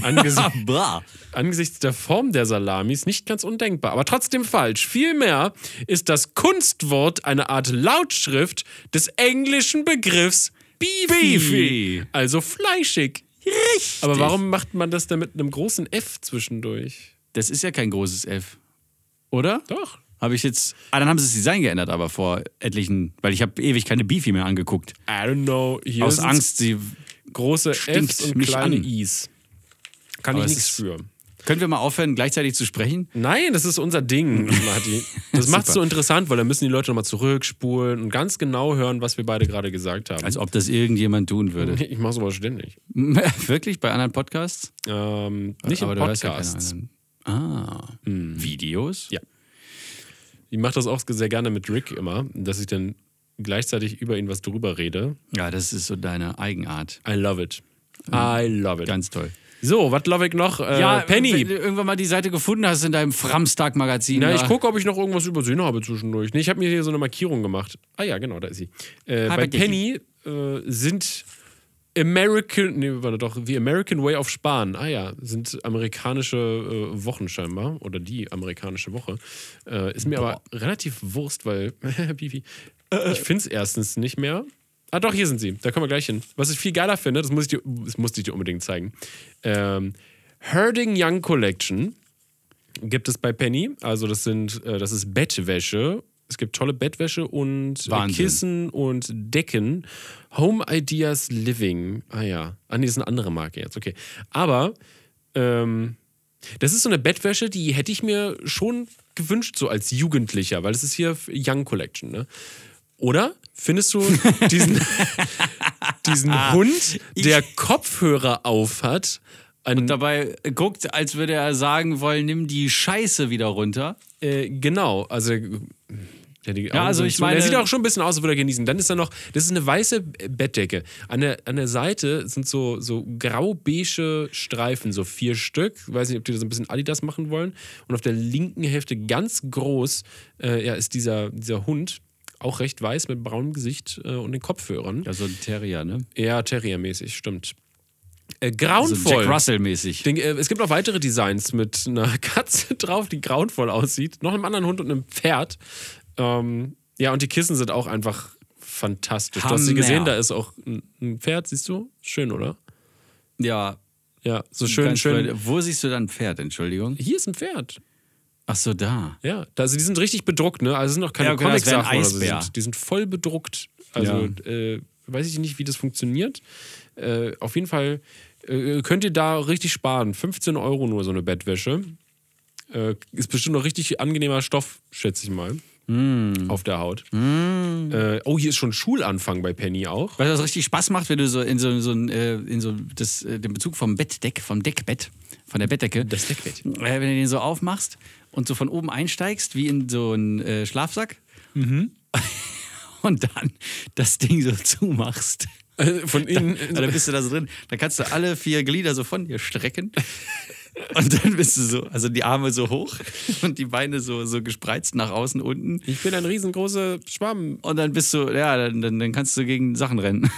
A: Angesichts
B: Bra.
A: angesichts der Form der Salamis nicht ganz undenkbar, aber trotzdem falsch. Vielmehr ist das Kunstwort eine Art Lautschrift des englischen Begriffs beefy,
B: Beefy.
A: also fleischig. Richtig. Aber warum macht man das dann mit einem großen F zwischendurch?
B: Das ist ja kein großes F. Oder?
A: Doch.
B: Habe ich jetzt. Ah, dann haben sie das Design geändert, aber vor etlichen. Weil ich habe ewig keine Beefy mehr angeguckt.
A: I don't know. Hier
B: Aus
A: sind's
B: Angst, sie.
A: Große
B: stinkt
A: Fs und
B: mich
A: kleine
B: an.
A: Is. Kann
B: Aber
A: ich
B: es
A: nichts
B: ist-
A: für.
B: Können wir mal aufhören, gleichzeitig zu sprechen?
A: Nein, das ist unser
B: [laughs]
A: Ding, Martin. Das macht's so interessant, weil dann müssen die Leute nochmal zurückspulen und ganz genau hören, was wir beide gerade gesagt haben.
B: Als ob das irgendjemand tun [laughs] würde.
A: Ich mache sowas ständig.
B: Wirklich? Bei anderen Podcasts?
A: Ähm, nicht
B: aber
A: in
B: du hörst ja ne?
A: Podcasts.
B: keine anderen. Ah. Videos?
A: Ja. ich mache das auch sehr gerne mit Rick immer, dass ich dann gleichzeitig über ihn was drüber rede.
B: Ja, das ist so deine Eigenart.
A: I love it. I love it.
B: Ganz toll.
A: So, was love ich noch? Äh,
B: Wenn du
A: Penny.
B: irgendwann mal die Seite gefunden hast in deinem Framstag-Magazin.
A: Na,
B: da-
A: ich gucke, ob ich noch irgendwas übersehen habe zwischendurch. Nee, ich habe mir hier so eine Markierung gemacht. Ah ja, genau, da ist sie. Äh, bei
B: Habakiki.
A: Penny äh, sind American, nee, warte doch, The American Way of Sparen. Ah ja, sind amerikanische äh, Wochen scheinbar oder die amerikanische Woche. Äh, ist mir aber relativ Wurst, weil [laughs] Bibi, ich finde es erstens nicht mehr. Ah doch, hier sind sie. Da kommen wir gleich hin. Was ich viel geiler finde, das muss ich dir, das musste ich dir unbedingt zeigen. Ähm, Herding Young Collection. Gibt es bei Penny, also das sind, äh, das ist Bettwäsche. Es gibt tolle Bettwäsche und äh,
B: Wahnsinn.
A: Kissen und Decken. Home Ideas Living. Ah ja. Ah nee, das ist eine andere Marke jetzt, okay. Aber ähm, das ist so eine Bettwäsche, die hätte ich mir schon gewünscht, so als Jugendlicher, weil es ist hier Young Collection, ne? Oder? Findest du diesen, diesen Hund, der Kopfhörer auf hat? Ein,
B: Dabei äh, guckt, als würde er sagen wollen, nimm die Scheiße wieder runter.
A: Äh, genau, also. Ja, die Augen
B: also
A: sind
B: ich
A: zu. Und Er
B: meine-
A: sieht auch schon ein bisschen aus, als würde er genießen. Dann ist da noch, das ist eine weiße Bettdecke. An der, an der Seite sind so, so grau-beige Streifen, so vier Stück. Weiß nicht, ob die das ein bisschen Adidas machen wollen. Und auf der linken Hälfte ganz groß äh, ja, ist dieser, dieser Hund, auch recht weiß, mit braunem Gesicht äh, und den Kopfhörern.
B: Ja, so ein Terrier, ne?
A: Ja, Terrier-mäßig, stimmt. Äh,
B: So
A: grauenvoll.
B: Jack Russell-mäßig.
A: Ich denke, äh, es gibt auch weitere Designs mit einer [laughs] Katze drauf, die grauenvoll aussieht, noch einem anderen Hund und einem Pferd. Ähm, ja, und die Kissen sind auch einfach fantastisch. Du hast sie
B: Hammer.
A: gesehen, da ist auch ein, ein Pferd, siehst du? Schön, oder?
B: Ja.
A: Ja, so schön,
B: ganz
A: schön.
B: toll. Wo siehst du dann Pferd, Entschuldigung?
A: Hier ist ein Pferd.
B: Ach so, da.
A: Ja, da- also die sind richtig bedruckt, ne? Also es sind noch keine
B: Ja,
A: ja,
B: okay, das wäre ein
A: Comic-Sachen. oder so. Die
B: Eisbär.
A: sind- die sind voll bedruckt. Also äh, weiß ich nicht, wie das funktioniert. Äh, auf jeden Fall äh, könnt ihr da richtig sparen. 15 Euro nur so eine Bettwäsche. Äh, ist bestimmt noch richtig angenehmer Stoff, schätze ich mal.
B: Hm.
A: Auf der Haut. Äh, oh, hier ist schon Schulanfang bei Penny auch.
B: Weil das richtig Spaß macht, wenn du so in so, so, ein, äh, in so das, äh, den Bezug vom Bettdeck, vom Deckbett, von der Bettdecke.
A: Das Deckbett.
B: Äh, wenn du den so aufmachst und so von oben einsteigst, wie in so einen äh, Schlafsack.
A: Mhm.
B: [laughs] Und dann das Ding so zumachst.
A: Äh, von innen.
B: Und dann bist du da so drin. Dann kannst du alle vier Glieder so von
A: [laughs]
B: dir strecken. Und dann bist du so, also die Arme so hoch und die Beine so, so gespreizt nach außen unten.
A: Ich bin ein riesengroßer Schwamm.
B: Und dann bist du, ja, dann, dann, dann kannst du gegen Sachen rennen.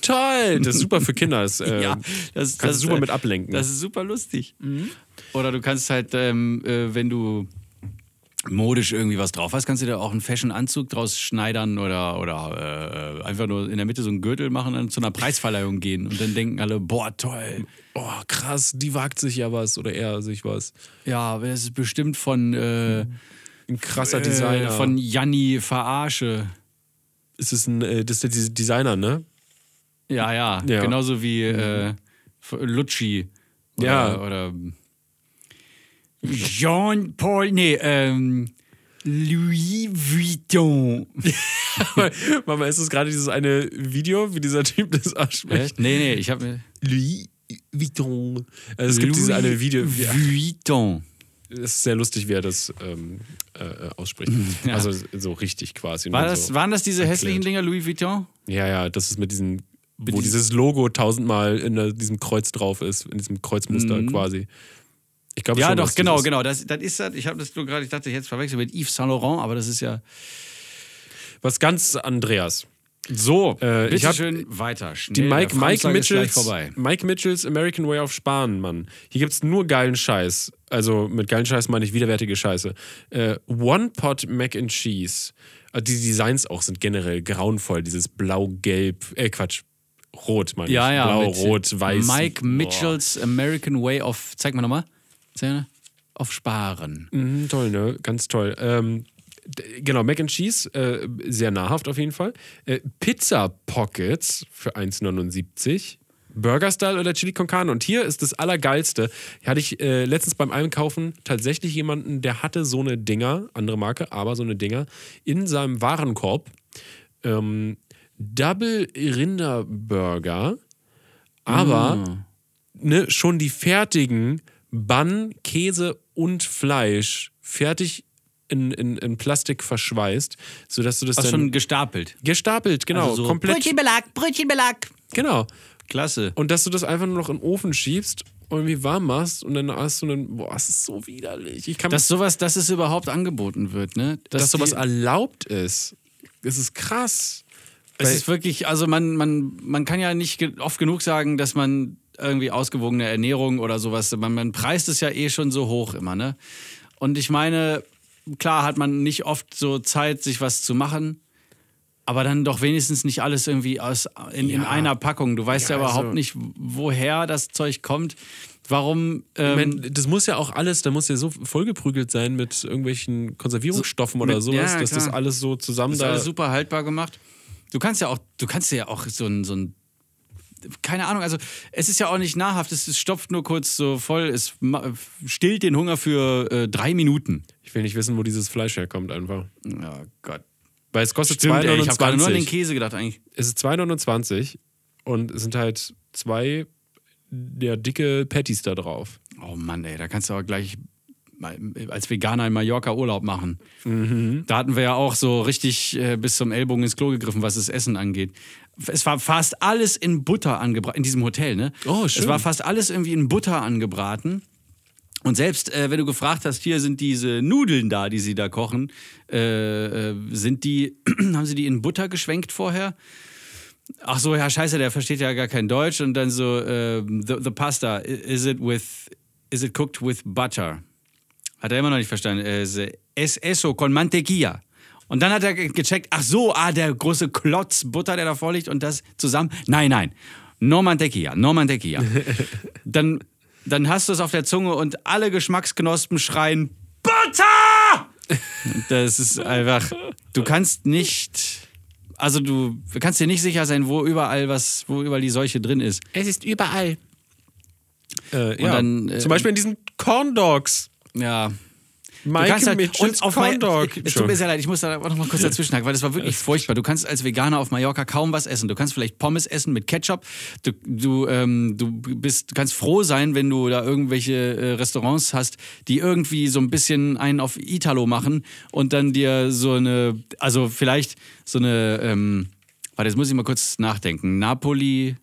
A: Toll! Das ist super für Kinder.
B: [laughs]
A: Das, äh,
B: ja, das, äh,
A: kannst du super mit ablenken.
B: Das ist super lustig. Oder du kannst halt, ähm, äh, wenn du modisch irgendwie was drauf hast, kannst du da auch einen Fashion-Anzug draus schneidern oder, oder äh, einfach nur in der Mitte so einen Gürtel machen und dann zu einer Preisverleihung gehen. Und dann denken alle, boah, toll.
A: oh, krass, die wagt sich ja was oder er sich was.
B: Ja, aber das ist bestimmt von, äh,
A: Ein krasser Designer.
B: äh, von Janni Verarsche.
A: ist es ein, äh, das ist der Designer, ne?
B: Ja, ja,
A: Ja.
B: genauso wie äh, Lucci. Oder,
A: Ja.
B: Oder Jean-Paul, nee, ähm, Louis Vuitton.
A: [laughs] Mama, ist das gerade dieses eine Video, wie dieser Typ das
B: Hä?
A: anspricht?
B: nee, nee, ich habe
A: Louis Vuitton. Also es gibt dieses eine Video, wie-
B: Vuitton.
A: es ist sehr lustig, wie er das ähm, äh, [laughs] ausspricht. Also so richtig quasi.
B: War
A: nur
B: das,
A: so.
B: waren das diese hässlichen Dinger, Louis Vuitton?
A: Ja, ja, das ist mit diesen, wo dieses Logo tausendmal in der, diesem Kreuz drauf ist, in diesem Kreuzmuster quasi. Ich glaube
B: Ja,
A: schon,
B: doch,
A: dass
B: genau,
A: das-
B: genau. Das, das ist das. Ich habe das nur gerade, ich dachte, ich hätte es verwechselt mit Yves Saint Laurent, aber das ist ja.
A: Was ganz Andreas.
B: So,
A: Äh,
B: bitte
A: ich hab-
B: schön weiter. Schnell,
A: Die
B: Äh, der
A: Mike, Mike,
B: Franztag ist gleich
A: Mitchells,
B: vorbei.
A: Mike Mitchells American Way of Sparen, Mann. Hier gibt's nur geilen Scheiß. Also mit geilen Scheiß meine ich widerwärtige Scheiße. Äh, One Pot Mac and Cheese. Äh, Die Designs auch sind generell grauenvoll. Dieses blau-gelb, äh Quatsch, rot meine
B: Ja,
A: ich.
B: ja.
A: Blau,
B: mit
A: rot, weiß.
B: Mike
A: Boah.
B: Mitchells American Way of, zeig mal nochmal. Zeig mal. Auf Sparen.
A: Mhm, toll, ne? Ganz toll. Ähm, d- genau, Mac and Cheese, äh, sehr nahrhaft auf jeden Fall. Äh, Pizza Pockets für 1,79. Burger Style oder Chili con Carne. Und hier ist das Allergeilste. Hier hatte ich äh, letztens beim Einkaufen tatsächlich jemanden, der hatte so eine Dinger, andere Marke, aber so eine Dinger, in seinem Warenkorb. Ähm, Double Rinderburger, aber ne, schon die fertigen Bann, Käse und Fleisch fertig in, in, in Plastik verschweißt, sodass du das
B: Was
A: dann
B: schon gestapelt.
A: gestapelt, genau,
B: Also so
A: komplett,
B: Brötchenbelag, Brötchenbelag.
A: genau.
B: Klasse.
A: Und dass du das einfach nur noch in den Ofen schiebst, irgendwie warm machst und dann hast du dann, boah, es ist so widerlich. Ich kann
B: Dass sowas, dass es überhaupt angeboten wird, ne?
A: dass sowas
B: die-
A: erlaubt ist, es ist krass.
B: Es
A: Weil-
B: ist wirklich, also man, man, man kann ja nicht ge- oft genug sagen, dass man irgendwie ausgewogene Ernährung oder sowas, man, man preist es ja eh schon so hoch immer, ne? Und ich meine, klar hat man nicht oft so Zeit, sich was zu machen, aber dann doch wenigstens nicht alles irgendwie aus, in, in
A: Ja.
B: einer Packung. Du weißt ja,
A: Ja,
B: überhaupt
A: also-
B: nicht, woher das Zeug kommt. Warum? Ähm,
A: ich meine, das muss ja auch alles, da muss ja so vollgeprügelt sein mit irgendwelchen Konservierungsstoffen
B: mit-
A: oder sowas,
B: ja,
A: dass das
B: klar.
A: alles so zusammen
B: ist
A: da.
B: alles super haltbar gemacht. Du kannst ja auch, du kannst dir ja auch so ein, so ein keine Ahnung, also es ist ja auch nicht nahrhaft, es ist- stopft nur kurz so voll, es ma- stillt den Hunger für äh, drei Minuten.
A: Ich will nicht wissen, wo dieses Fleisch herkommt einfach.
B: Oh Gott.
A: Weil es kostet
B: Stimmt, ey, ich habe gerade nur an den
A: 2,29.
B: Käse gedacht eigentlich.
A: Es ist 2,29 und es sind halt zwei ja, dicke Patties da drauf.
B: Oh Mann, ey, da kannst du auch gleich mal als Veganer in Mallorca Urlaub machen.
A: Mhm.
B: Da hatten wir ja auch so richtig äh, bis zum Ellbogen ins Klo gegriffen, was das Essen angeht. Es war fast alles in Butter angebraten, in diesem Hotel, ne?
A: Oh, schön.
B: Es war fast alles irgendwie in Butter angebraten. Und selbst äh, wenn du gefragt hast, hier sind diese Nudeln da, die sie da kochen, äh, äh, sind die, [clears throat] haben sie die in Butter geschwenkt vorher? Ach so, ja, scheiße, der versteht ja gar kein Deutsch. Und dann so, ähm, the, the pasta, i- is it with, is it cooked with butter? Hat er immer noch nicht verstanden. Äh, se- Es eso con mantequilla. Und dann hat er ge- gecheckt, ach so, ah, der große Klotz Butter, der da vorliegt und das zusammen. Nein, nein, no mantequilla, no mantequilla. dann, dann hast du es auf der Zunge und alle Geschmacksknospen schreien, Butter! Und Das ist einfach, du kannst nicht, also du kannst dir nicht sicher sein, wo überall was, wo überall die Seuche drin ist.
A: Es ist überall. Äh, ja.
B: dann, äh,
A: Zum Beispiel in diesen Corn Dogs.
B: Ja.
A: Michael Mitchells
B: halt und auf Ma-
A: Corn Dog.
B: Es tut mir sehr leid, ich muss da noch mal kurz dazwischenhaken, weil das war wirklich furchtbar. Du kannst als Veganer auf Mallorca kaum was essen. Du kannst vielleicht Pommes essen mit Ketchup. Du, du, ähm, du bist, du kannst froh sein, wenn du da irgendwelche äh, Restaurants hast, die irgendwie so ein bisschen einen auf Italo machen und dann dir so eine, also vielleicht so eine, ähm, warte, jetzt muss ich mal kurz nachdenken. Napoli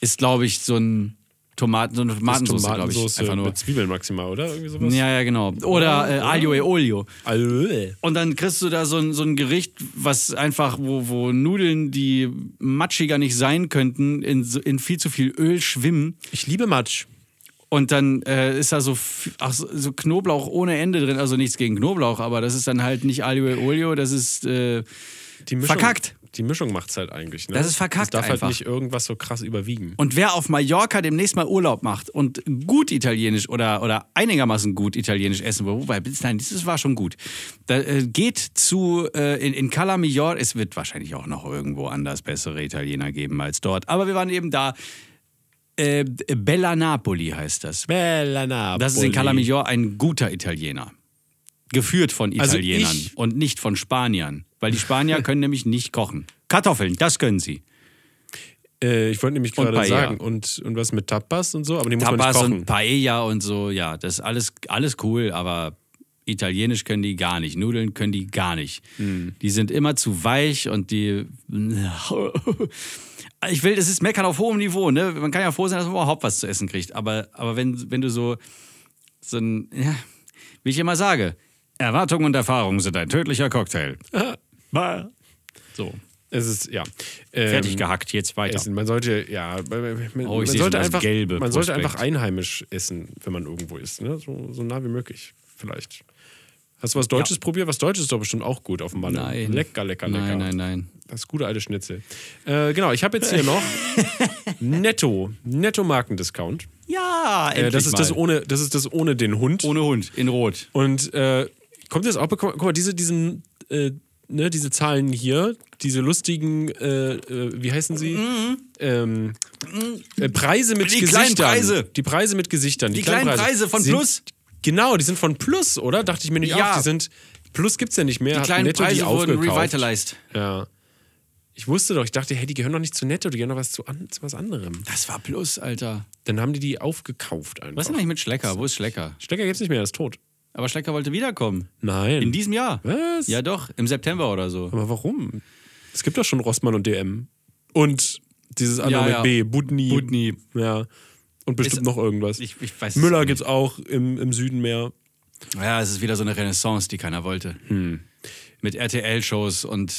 B: ist, glaube ich, so ein Tomaten, so eine Tomatensoße, glaube ich. Einfach nur.
A: mit Zwiebeln maximal, oder? Irgendwie sowas.
B: Ja, ja, genau. Oder äh, Aglio e Olio.
A: Alö.
B: Und dann kriegst du da so ein, so ein Gericht, was einfach, wo, wo Nudeln, die matschiger nicht sein könnten, in, so- in viel zu viel Öl schwimmen.
A: Ich liebe Matsch.
B: Und dann äh, ist da so, f- ach, so so Knoblauch ohne Ende drin. Also nichts gegen Knoblauch, aber das ist dann halt nicht Aglio e Olio, das ist. Äh,
A: Die Mischung,
B: Verkackt.
A: Die Mischung macht's halt eigentlich. Ne?
B: Das ist verkackt
A: Es darf
B: einfach.
A: halt nicht irgendwas so krass überwiegen.
B: Und wer auf Mallorca demnächst mal Urlaub macht und gut Italienisch oder, oder einigermaßen gut Italienisch essen will, wobei, bis- nein, dieses war schon gut, da, äh, geht zu, äh, in, in Cala Major, es wird wahrscheinlich auch noch irgendwo anders bessere Italiener geben als dort, aber wir waren eben da, äh, Bella Napoli heißt das.
A: Bella
B: Das ist in Cala Major ein guter Italiener. Geführt von
A: Also
B: Italienern
A: ich-
B: und nicht von Spaniern, weil
A: [laughs]
B: die Spanier können nämlich nicht kochen. Kartoffeln, das können sie.
A: Äh, ich wollte nämlich
B: Und
A: gerade
B: Paella.
A: sagen, und, und was mit Tapas und so, aber die muss
B: Tapas
A: man
B: und
A: nicht kochen.
B: Paella und so, ja, das ist alles, alles cool, aber Italienisch können die gar nicht, Nudeln können die gar nicht.
A: Mhm.
B: Die sind immer zu weich und die. [laughs] Ich will, es ist Meckern auf hohem Niveau, ne? Man kann ja froh sein, dass man überhaupt was zu essen kriegt, aber, aber wenn, wenn du so, so ein, ja, wie ich immer sage, Erwartung und Erfahrung sind ein tödlicher Cocktail.
A: [laughs]
B: So,
A: Es ist, ja. Ähm,
B: fertig gehackt, jetzt weiter.
A: Essen. Man sollte, ja, man, man,
B: Oh,
A: man
B: ich sehe schon
A: sollte,
B: das
A: einfach,
B: gelbe
A: man sollte
B: Prospekt.
A: einfach einheimisch essen, wenn man irgendwo ist. Ne? So, so nah wie möglich, vielleicht. Hast du was Deutsches probiert? Was Deutsches ist doch bestimmt auch gut auf dem Malle.
B: Nein.
A: Lecker, lecker, lecker.
B: Nein, nein, nein.
A: Das gute alte Schnitzel. Äh, genau, ich habe jetzt hier
B: [laughs]
A: noch Netto, Netto Markendiscount.
B: Ja,
A: Äh,
B: endlich
A: das, ist das,
B: mal.
A: ohne, das ist das ohne den Hund.
B: ohne Hund, in Rot.
A: Und äh, kommt jetzt auch, guck mal, guck mal, diese, diesen, äh, ne, diese Zahlen hier, diese lustigen, äh, äh, wie heißen sie? Ähm, äh, Preise mit
B: Mhm. Die kleinen
A: Gesichtern.
B: Preise.
A: Die Preise mit Gesichtern. Die,
B: kleinen Preise von
A: sind,
B: Plus.
A: Genau, die sind von Plus, oder? Dachte ich mir nicht
B: Ja.
A: auch. Die sind, Plus gibt's ja nicht mehr.
B: Die
A: hat
B: kleinen
A: Netto
B: Preise
A: die
B: wurden
A: aufgekauft.
B: revitalized.
A: Ja. Ich wusste doch, ich dachte, hey, die gehören doch nicht zu Netto, die gehören doch was zu, an, zu was anderem.
B: Das war Plus, Alter.
A: Dann haben die die aufgekauft einfach.
B: Was ist denn eigentlich mit Schlecker? Wo ist Schlecker?
A: Stecker gibt's nicht mehr, er ist tot.
B: Aber Schlecker wollte wiederkommen.
A: Nein.
B: In diesem Jahr.
A: Was?
B: Ja, doch. Im September oder so.
A: Aber warum? Es gibt doch schon Rossmann und DM. Und dieses andere
B: Ja,
A: mit
B: ja.
A: B, Budni.
B: Budni.
A: Ja. Und bestimmt
B: Ist-
A: noch irgendwas.
B: Ich, ich weiß es
A: Müller
B: nicht.
A: gibt's auch im, im Süden mehr.
B: Ja, es ist wieder so eine Renaissance, die keiner wollte.
A: Hm.
B: Mit RTL-Shows und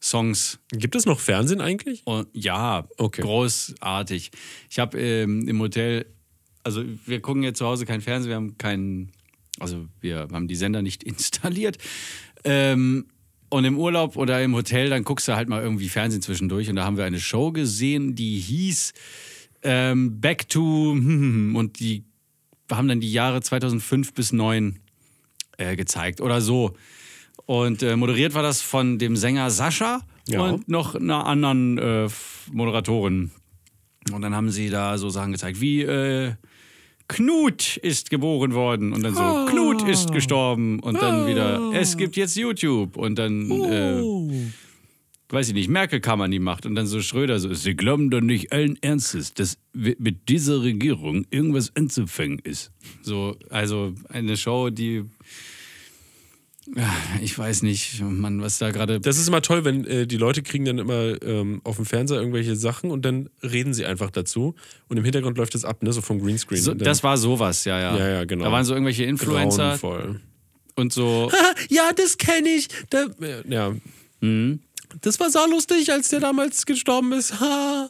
B: Songs.
A: Gibt es noch Fernsehen eigentlich?
B: Und ja,
A: Okay.
B: großartig. Ich habe ähm, im Hotel, also wir gucken jetzt zu Hause kein Fernsehen, wir haben keinen, also wir haben die Sender nicht [laughs] installiert. Ähm, und im Urlaub oder im Hotel, dann guckst du halt mal irgendwie Fernsehen zwischendurch. Und da haben wir eine Show gesehen, die hieß ähm, back to [laughs] und die haben dann die Jahre 2005 bis 2009 äh, gezeigt oder so. Und äh, moderiert war das von dem Sänger Sascha
A: Ja.
B: und noch einer anderen äh, F- Moderatorin. Und dann haben sie da so Sachen gezeigt wie äh, Knut ist geboren worden und dann so Knut ist gestorben und dann wieder es gibt jetzt YouTube und dann äh, weiß ich nicht, Merkel kam an die Macht und dann so Schröder so, sie glauben doch nicht allen Ernstes, dass wi- mit dieser Regierung irgendwas anzufangen ist. So, also eine Show, die Ah, ich weiß nicht, Mann, was da gerade
A: Das ist immer toll, wenn äh, die Leute kriegen dann immer ähm, auf dem Fernseher irgendwelche Sachen und dann reden sie einfach dazu und im Hintergrund läuft das ab, ne, so vom Greenscreen.
B: so,
A: Und dann-
B: das war sowas, ja, ja.
A: Ja, ja, genau.
B: Da waren so irgendwelche Influencer
A: Grauenvoll.
B: und so
A: [laughs] ja, das kenne ich. Da, äh, ja. Mhm. Das war saulustig, als der damals gestorben ist. Ha.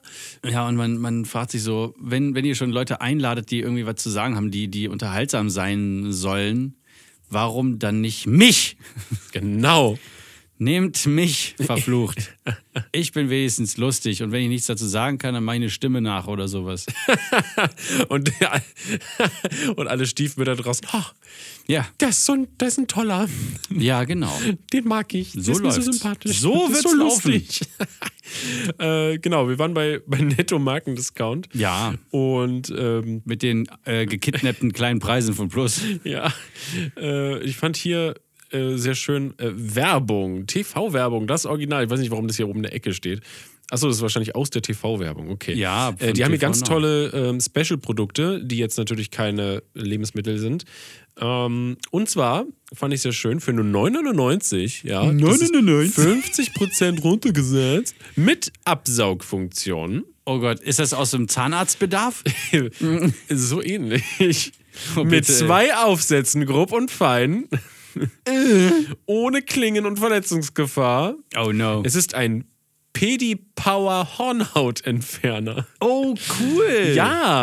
B: Ja, und man, man fragt sich so, wenn, wenn ihr schon Leute einladet, die irgendwie was zu sagen haben, die, die unterhaltsam sein sollen, warum dann nicht mich?
A: Genau.
B: Nehmt mich, verflucht. Ich bin wenigstens lustig und wenn ich nichts dazu sagen kann, dann meine Stimme nach oder sowas.
A: Und, [laughs] der, und alle Stiefmütter draußen. Oh,
B: Ja,
A: das, ist so ein, das ist ein toller.
B: ja, genau.
A: Den mag ich. Der
B: So
A: ist mir so
B: läuft's.
A: sympathisch.
B: So
A: Das ist
B: wird's laufen.
A: [laughs] äh, genau, wir waren bei, bei Netto-Markendiscount.
B: Ja.
A: Und ähm,
B: Mit den äh, gekidnappten kleinen Preisen von Plus.
A: [laughs] ja, äh, ich fand hier äh, sehr schön äh, Werbung, TV-Werbung, das Original. Ich weiß nicht, warum das hier oben in der Ecke steht. Achso, das ist wahrscheinlich aus der TV-Werbung, okay.
B: Ja,
A: äh,
B: von
A: die haben hier
B: TV
A: ganz
B: Now.
A: tolle ähm, Special-Produkte, die jetzt natürlich keine Lebensmittel sind. Ähm, und zwar fand ich sehr schön für nur 99, ja, das ist
B: 9,99.
A: 50% runtergesetzt mit Absaugfunktion.
B: Oh Gott, ist das aus dem Zahnarztbedarf?
A: so ähnlich.
B: Oh,
A: Mit
B: bitte.
A: zwei Aufsätzen, grob und fein.
B: Äh.
A: Ohne Klingen und Verletzungsgefahr.
B: Oh no.
A: Es ist ein Pedi Power Hornhautentferner.
B: Oh cool. Ja.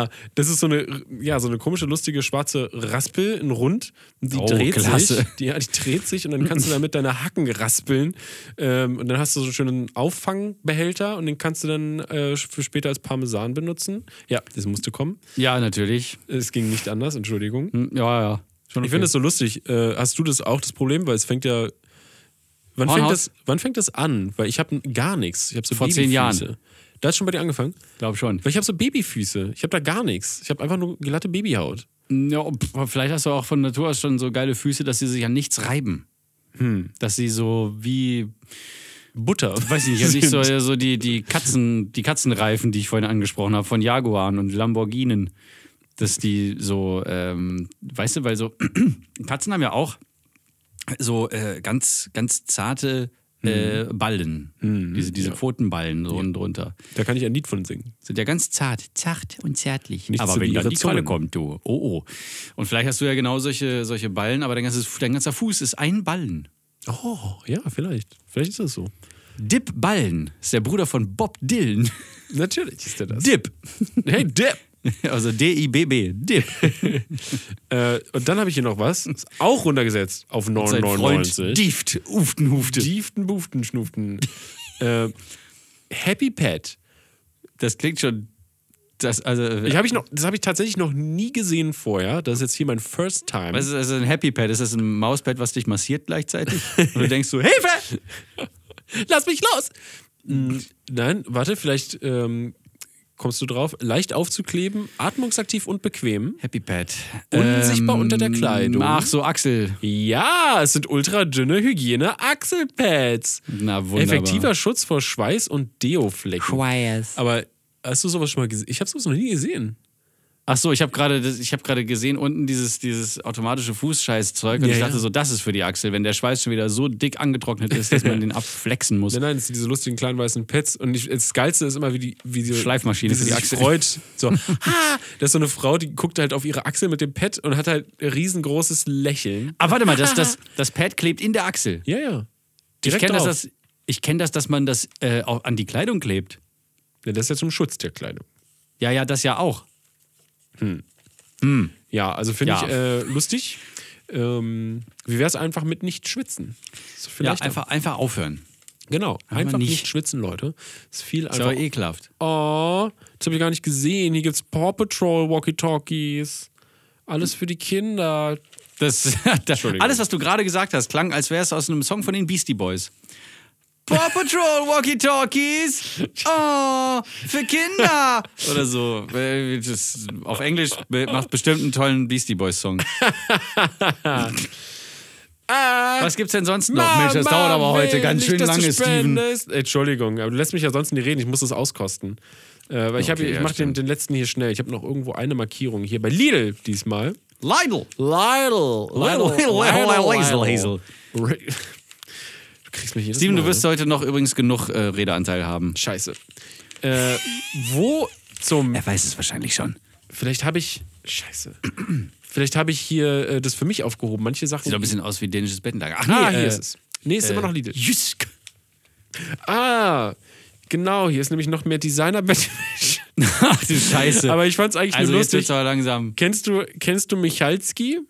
A: Ja, das ist so eine, ja, so eine komische, lustige schwarze Raspel, ein Rund. Und Die
B: Oh,
A: dreht sich.
B: klasse.
A: Die, ja, die dreht sich und dann kannst du damit deine Hacken raspeln. Ähm, und dann hast du so einen schönen Auffangbehälter und den kannst du dann äh, für später als Parmesan benutzen. Ja, das musste kommen.
B: Ja, natürlich.
A: Es ging nicht anders, Entschuldigung.
B: Hm, Ja, ja. Schon
A: Ich finde das so lustig. Äh, hast du das auch das Problem? Weil es fängt ja. Wann fängt,
B: Hornhaut?
A: das, wann fängt das an? Weil ich habe gar nichts. Ich habe so
B: Vor zehn
A: Babyfüße.
B: Jahren.
A: Da hat schon bei dir angefangen.
B: glaube schon.
A: Weil ich habe so Babyfüße. Ich habe da gar nichts. Ich habe einfach nur glatte Babyhaut.
B: Ja, pf, vielleicht hast du auch von Natur aus schon so geile Füße, dass sie sich an nichts reiben. Dass sie so wie,
A: Butter.
B: weiß ich nicht, nicht so, so die, die, Katzen, die Katzenreifen, die ich vorhin angesprochen habe, von Jaguaren und Lamborghinen, dass die so, ähm, weißt du, weil so [clears throat] Katzen haben ja auch so äh, ganz, ganz zarte äh, Ballen, diese, diese Pfotenballen so unten drunter.
A: Da kann ich ein Lied von singen.
B: Sind ja ganz zart, zart und zärtlich.
A: Nicht so
B: aber
A: wie
B: wenn dann
A: ihre
B: die Zunge
A: Zungen.
B: kommt, du. Oh, oh. Und vielleicht hast du ja genau solche, solche Ballen, aber dein, ganzes, dein ganzer Fuß ist ein Ballen.
A: Oh, ja, vielleicht. Vielleicht ist das so.
B: Dip Ballen ist der Bruder von Bob Dylan.
A: Natürlich ist der das.
B: Dip.
A: Hey, Dip!
B: [laughs] Also D-I-B-B.
A: [laughs]
B: Dip.
A: Äh, und dann habe ich hier noch was. Ist auch runtergesetzt auf
B: Sein
A: 9,99.
B: Freund Dieft. Uften, Hufte.
A: Dieften, Buften, Schnuften. äh, Happy Pet.
B: Das klingt schon. Das, also,
A: Ich hab ich noch, das habe ich tatsächlich noch nie gesehen vorher. Das ist jetzt hier mein First Time.
B: was ist das? Ein Happy Pad? Ist das ein Mauspad, was dich
A: [laughs]
B: massiert gleichzeitig? Und du denkst so, Hilfe!
A: Lass mich los! Mm, Nein, warte, vielleicht ähm, kommst du drauf. Leicht aufzukleben, atmungsaktiv und bequem.
B: Happy Pad.
A: Unsichtbar unter der Kleidung.
B: Ähm, Ach so, Axel.
A: Ja, es sind ultradünne Hygiene-Achselpads.
B: Na, wunderbar.
A: Effektiver Schutz vor Schweiß und Deoflecken. Aber hast du sowas schon mal gesehen? Ich habe sowas noch nie gesehen.
B: Ach so, ich habe gerade das- ich habe gerade gesehen unten dieses dieses automatische Fußscheißzeug und
A: Ja,
B: ich
A: ja.
B: dachte so, das ist für die Achsel, wenn der Schweiß schon wieder so dick angetrocknet ist,
A: [laughs]
B: dass man den abflexen muss.
A: Nein, nein, es sind diese lustigen kleinen weißen Pads. Und ich, das Geilste ist immer, wie die wie die,
B: Schleifmaschine
A: wie sie
B: für die
A: sich
B: Achsel.
A: freut.
B: [laughs]
A: So, ha! Das ist so eine Frau, die guckt halt auf ihre Achsel mit dem Pad und hat halt ein riesengroßes Lächeln.
B: Aber Ah, warte mal, das das das Pad klebt in der Achsel.
A: Ja, ja.
B: ich
A: Direkt
B: kenne das,
A: drauf.
B: dass ich kenne das, dass man das äh, auch an die Kleidung klebt.
A: Ja, das ist ja zum Schutz der Kleidung.
B: Ja, ja, das ja auch.
A: Ja, also finde
B: Ja.
A: ich äh, lustig. Ähm, wie wäre es einfach mit nicht schwitzen? So
B: Ja,
A: vielleicht
B: einfach einfach aufhören.
A: Genau,
B: Aber
A: einfach nicht.
B: nicht
A: schwitzen, Leute. Ist viel
B: Ist
A: einfach.
B: aber eh ekelhaft.
A: Oh, das habe ich gar nicht gesehen. Hier gibt's Paw Patrol Walkie-Talkies. Alles für die Kinder.
B: Das, [laughs] das,
A: Entschuldigung.
B: alles, was du gerade gesagt hast, klang, als wäre es aus einem Song von den Beastie Boys. Paw Patrol Walkie Talkies! Oh, für Kinder! [laughs] Oder so. Äh, Das, auf Englisch be- macht bestimmt einen tollen Beastie Boys Song.
A: Ah,
B: Was gibt's denn sonst noch? Mensch, das dauert aber heute ganz schön lange, Steven.
A: Steven. Entschuldigung, aber du lässt mich ja sonst nicht reden. Ich muss das auskosten. Äh, weil ich, hab-
B: Okay,
A: ich
B: ja,
A: mache den,
B: stimmt.
A: den letzten hier schnell. Ich habe noch irgendwo eine Markierung hier bei Lidl diesmal.
B: Lidl!
A: Lidl.
B: Lidl, Lidl, Lidl.
A: Du kriegst mich jedes
B: Steven,
A: Mal,
B: du wirst heute noch übrigens genug äh, Redeanteil haben.
A: ne? Scheiße. Äh, wo zum.
B: Er weiß es wahrscheinlich schon.
A: Vielleicht habe ich. Scheiße. Vielleicht habe ich hier äh, das für mich aufgehoben. Manche Sachen.
B: Sieht doch ein bisschen aus wie dänisches Bettenlager. Ach
A: ah, hier
B: äh,
A: ist es. Nee, ist immer noch Lidl.
B: Jysk.
A: Ah, genau. Hier ist nämlich noch mehr Designer-Bettwäsche.
B: [laughs] Ach du Scheiße.
A: Aber ich fand es eigentlich
B: also
A: nur
B: jetzt wird's
A: lustig.
B: aber langsam.
A: Kennst du, kennst du Michalski?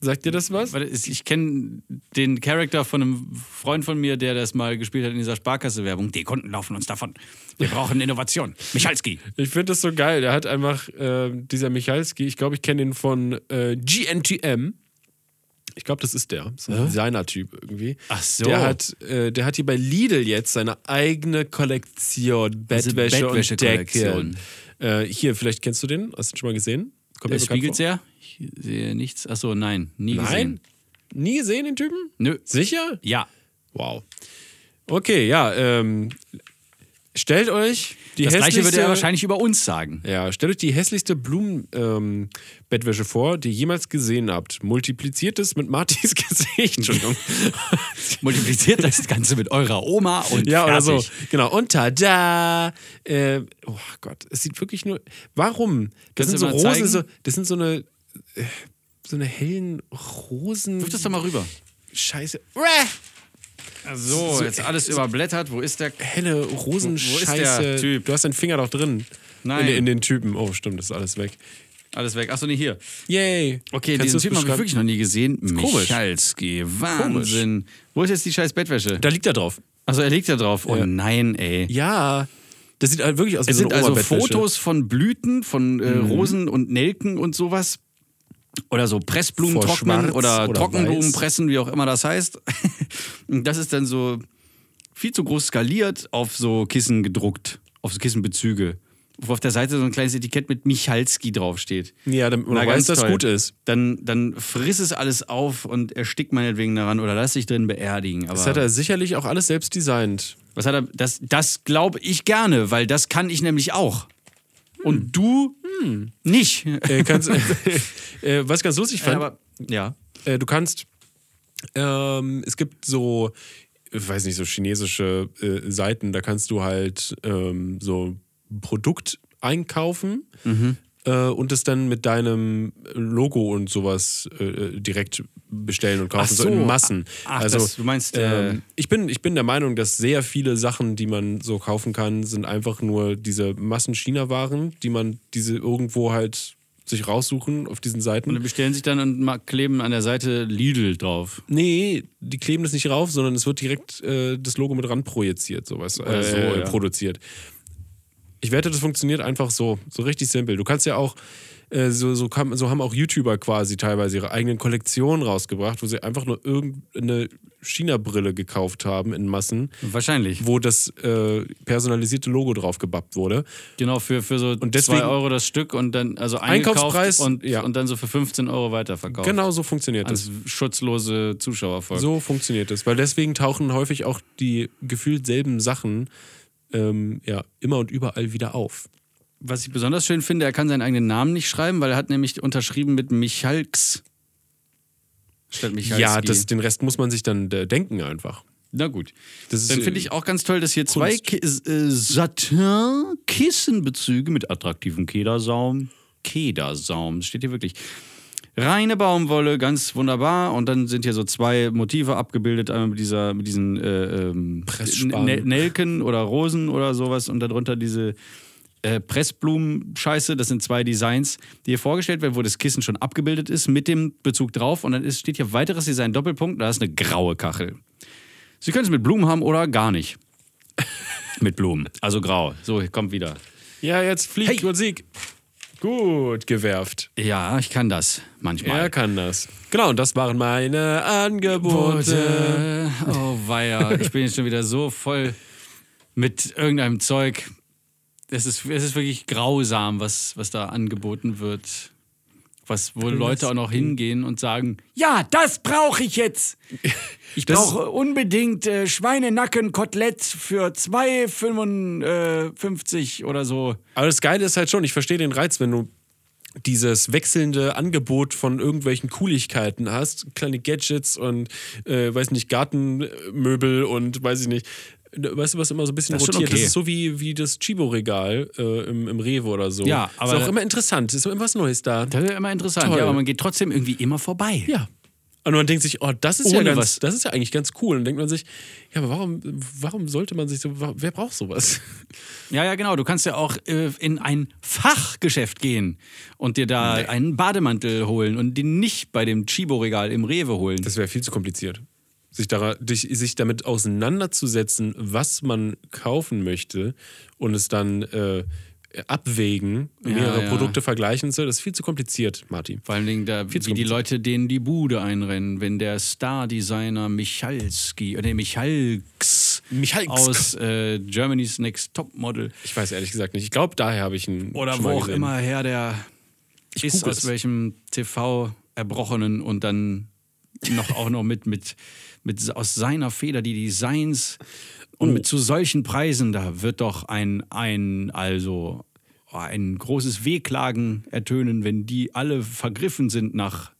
A: Sagt dir das was?
B: Warte, Ich kenne den Charakter von einem Freund von mir, der das mal gespielt hat in dieser Sparkasse-Werbung. Die Kunden laufen uns davon. Wir brauchen Innovation. Michalski.
A: Ich finde das so geil. Der hat einfach, ähm, dieser Michalski, ich glaube, ich kenne ihn von äh, GNTM. Ich glaube, das ist der. So ein Designer-Typ irgendwie.
B: Ach so.
A: Der hat, äh, der hat hier bei Lidl jetzt seine eigene Kollektion. Bettwäsche, und
B: Also Bettwäsche-Kollektion.
A: Decken. Äh, hier, vielleicht kennst du den. Hast du den schon mal gesehen? Kommt
B: Der
A: mir bekannt
B: spiegelt
A: vor.
B: sehr. Ich sehe nichts. Achso, nein. Nie
A: Nein?
B: gesehen.
A: Nie gesehen, den Typen?
B: Nö.
A: Sicher?
B: Ja.
A: Wow. Okay, ja. Ähm, stellt euch die
B: Das gleiche würde er
A: hässlichste-
B: wahrscheinlich über
A: [laughs]
B: uns sagen.
A: Ja, stellt euch die hässlichste Blumenbettwäsche vor, die ihr jemals gesehen habt. Multipliziert es mit Martins [laughs] Gesicht.
B: [laughs]
A: Entschuldigung.
B: Multipliziert das Ganze mit eurer Oma und
A: ja, oder
B: fertig.
A: so. Genau. Und tada! Äh, oh Gott, es sieht wirklich nur. Warum? Das
B: Kannst
A: sind so
B: du mal
A: Rosen,
B: zeigen?
A: so, das sind so eine. äh, So eine hellen Rosen.
B: Wirf das doch mal rüber.
A: Scheiße.
B: So, äh, jetzt alles überblättert. Wo ist der?
A: Helle
B: Wo- wo ist
A: Rosenscheiße.
B: der Typ?
A: Du hast deinen Finger doch drin.
B: Nein.
A: In, in den Typen. Oh, stimmt, das ist alles weg.
B: Alles weg. Achso, nee, hier.
A: Yay.
B: Okay,
A: Kannst du
B: diesen
A: das
B: Typen habe ich
A: beschreiben?
B: wirklich noch nie gesehen.
A: komisch.
B: Michalski, Wahnsinn. Wo ist jetzt die scheiß Bettwäsche?
A: Da liegt er drauf.
B: Also er liegt da drauf. Oh nein, ey.
A: Ja, das sieht halt wirklich aus wie
B: Es
A: so
B: sind
A: eine
B: also
A: Oberbettwäsche.
B: Fotos von Blüten, von
A: Mhm.
B: äh, Rosen und Nelken und sowas. Oder so Pressblumen
A: Vor
B: trocknen
A: Schwarz
B: oder,
A: oder
B: Trockenblumen
A: Weiß.
B: pressen, wie auch immer das heißt. [laughs] und das ist dann so viel zu groß skaliert auf so Kissen gedruckt, auf so Kissenbezüge. Wo auf der Seite so ein kleines Etikett mit Michalski draufsteht.
A: Ja, damit man
B: Na,
A: weiß,
B: ganz
A: dass
B: toll.
A: gut ist.
B: Dann, dann friss es alles auf und erstick meinetwegen daran oder lass dich drin beerdigen. Aber
A: Das hat er sicherlich auch alles selbst designt.
B: was hat er? Das, das glaube ich gerne, weil das kann ich nämlich auch. Und du nicht.
A: Hm. Äh, kannst, [laughs] äh, was ich ganz lustig fand,
B: Aber, ja.
A: äh, du kannst, ähm, es gibt so, ich weiß nicht, so chinesische äh, Seiten, da kannst du halt ähm, so ein Produkt einkaufen
B: Mhm.
A: äh, und es dann mit deinem Logo und sowas äh, direkt bestellen und kaufen,
B: Ach
A: so.
B: so.
A: in Massen.
B: Ach,
A: also,
B: das- du meinst,
A: ähm,
B: ähm,
A: ich, bin, ich bin der Meinung, dass sehr viele Sachen, die man so kaufen kann, sind einfach nur diese Massen-China-Waren, die man diese irgendwo halt sich raussuchen auf diesen Seiten.
B: Und dann bestellen sich dann und mal kleben an der Seite Lidl drauf.
A: Nee, die kleben das nicht rauf, sondern es wird direkt äh, das Logo mit ran projiziert, sowas. Äh,
B: so,
A: äh,
B: ja.
A: Produziert. Ich wette, das funktioniert einfach so. So richtig simpel. Du kannst ja auch, äh, so, so, kam, so haben auch YouTuber quasi teilweise ihre eigenen Kollektionen rausgebracht, wo sie einfach nur irgendeine China-Brille gekauft haben in Massen,
B: Wahrscheinlich.
A: wo das äh, personalisierte Logo drauf gebappt wurde.
B: Genau, für, für so
A: deswegen-
B: 2 Euro das Stück und dann, also eingekauft
A: Einkaufspreis,
B: und,
A: ja.
B: und dann so für 15 Euro weiterverkauft.
A: Genau so funktioniert das.
B: Als schutzlose Zuschauerfolge.
A: So funktioniert das, weil deswegen tauchen häufig auch die gefühlt selben Sachen ähm, ja, immer und überall wieder auf.
B: Was ich besonders schön finde, er kann seinen eigenen Namen nicht schreiben, weil er hat nämlich unterschrieben mit Michalks. Statt Michalski.
A: Ja, das, den Rest muss man sich dann äh, denken einfach.
B: Na gut.
A: Das ist,
B: Dann
A: äh,
B: finde ich auch ganz toll, dass hier zwei
A: Kunst.
B: Ki äh, Satin-Kissenbezüge mit attraktivem Kedersaum. Kedersaum, steht hier wirklich. Reine Baumwolle, ganz wunderbar. Und dann sind hier so zwei Motive abgebildet, einmal mit, dieser, mit diesen äh, ähm,
A: Pressspan.
B: Nel- Nelken oder Rosen oder sowas und darunter diese äh, Pressblumen-Scheiße. Das sind zwei Designs, die hier vorgestellt werden, wo das Kissen schon abgebildet ist, mit dem Bezug drauf. Und dann ist, steht hier weiteres Design, Doppelpunkt, da ist eine graue Kachel. Sie können es mit Blumen haben oder gar nicht. mit Blumen. Also grau. So, kommt wieder.
A: Ja, jetzt fliegt
B: Hey.
A: und Sieg. Gut gewerft.
B: Ja, ich kann das manchmal.
A: Er kann das. Genau, und das waren meine Angebote.
B: Boote. Oh weia, ich bin jetzt schon wieder so voll mit irgendeinem Zeug. Es ist, es ist wirklich grausam, was, was da angeboten wird. Was, wo Leute auch noch hingehen und sagen, ja, das brauche ich jetzt.
A: [laughs]
B: Ich
A: Das-
B: brauche unbedingt äh, Schweinenacken-Kotelett für 2,55 oder so.
A: Aber das Geile ist halt schon, ich verstehe den Reiz, wenn du dieses wechselnde Angebot von irgendwelchen Cooligkeiten hast, kleine Gadgets und äh, weiß nicht, Gartenmöbel und weiß ich nicht. Ne, Weißt du, was immer so ein bisschen
B: Das ist schon
A: rotiert?
B: okay.
A: Das ist so wie, wie das Chibo-Regal äh, im, im Rewe oder so.
B: Ja,
A: ist
B: aber-
A: auch immer interessant, ist immer was Neues da.
B: Das ist ja immer interessant,
A: Toll.
B: ja, aber man geht trotzdem irgendwie immer vorbei.
A: Ja. Und man denkt sich, oh, das ist ja
B: Ohne
A: ganz,
B: was.
A: das ist ja eigentlich ganz cool. Und dann denkt man sich, ja, aber warum, warum sollte man sich so, wa- wer braucht sowas?
B: Ja, ja, genau. Du kannst ja auch äh, in ein Fachgeschäft gehen und dir da einen Bademantel holen und den nicht bei dem Chibo-Regal im Rewe holen.
A: [laughs] Das wäre viel zu kompliziert. Sich, dara- dich, sich damit auseinanderzusetzen, was man kaufen möchte und es dann äh, abwägen, mehrere
B: ja.
A: Produkte vergleichen zu, das ist viel zu kompliziert, Martin.
B: Vor allen Dingen, da, wie die Leute denen die Bude einrennen, wenn der Star-Designer Michalski oder nee, Michalks
A: Michalks.
B: aus äh, Germany's Next Topmodel
A: Ich weiß ehrlich gesagt nicht. Ich glaube, daher habe ich ihn
B: oder
A: schon
B: wo
A: mal
B: auch
A: gesehen.
B: immer her der ist,
A: google
B: aus
A: es.
B: welchem TV erbrochenen und dann noch auch noch mit, mit, mit aus seiner Feder die Designs und
A: Oh.
B: mit zu solchen Preisen, da wird doch ein, ein, also ein großes Wehklagen ertönen, wenn die alle vergriffen sind nach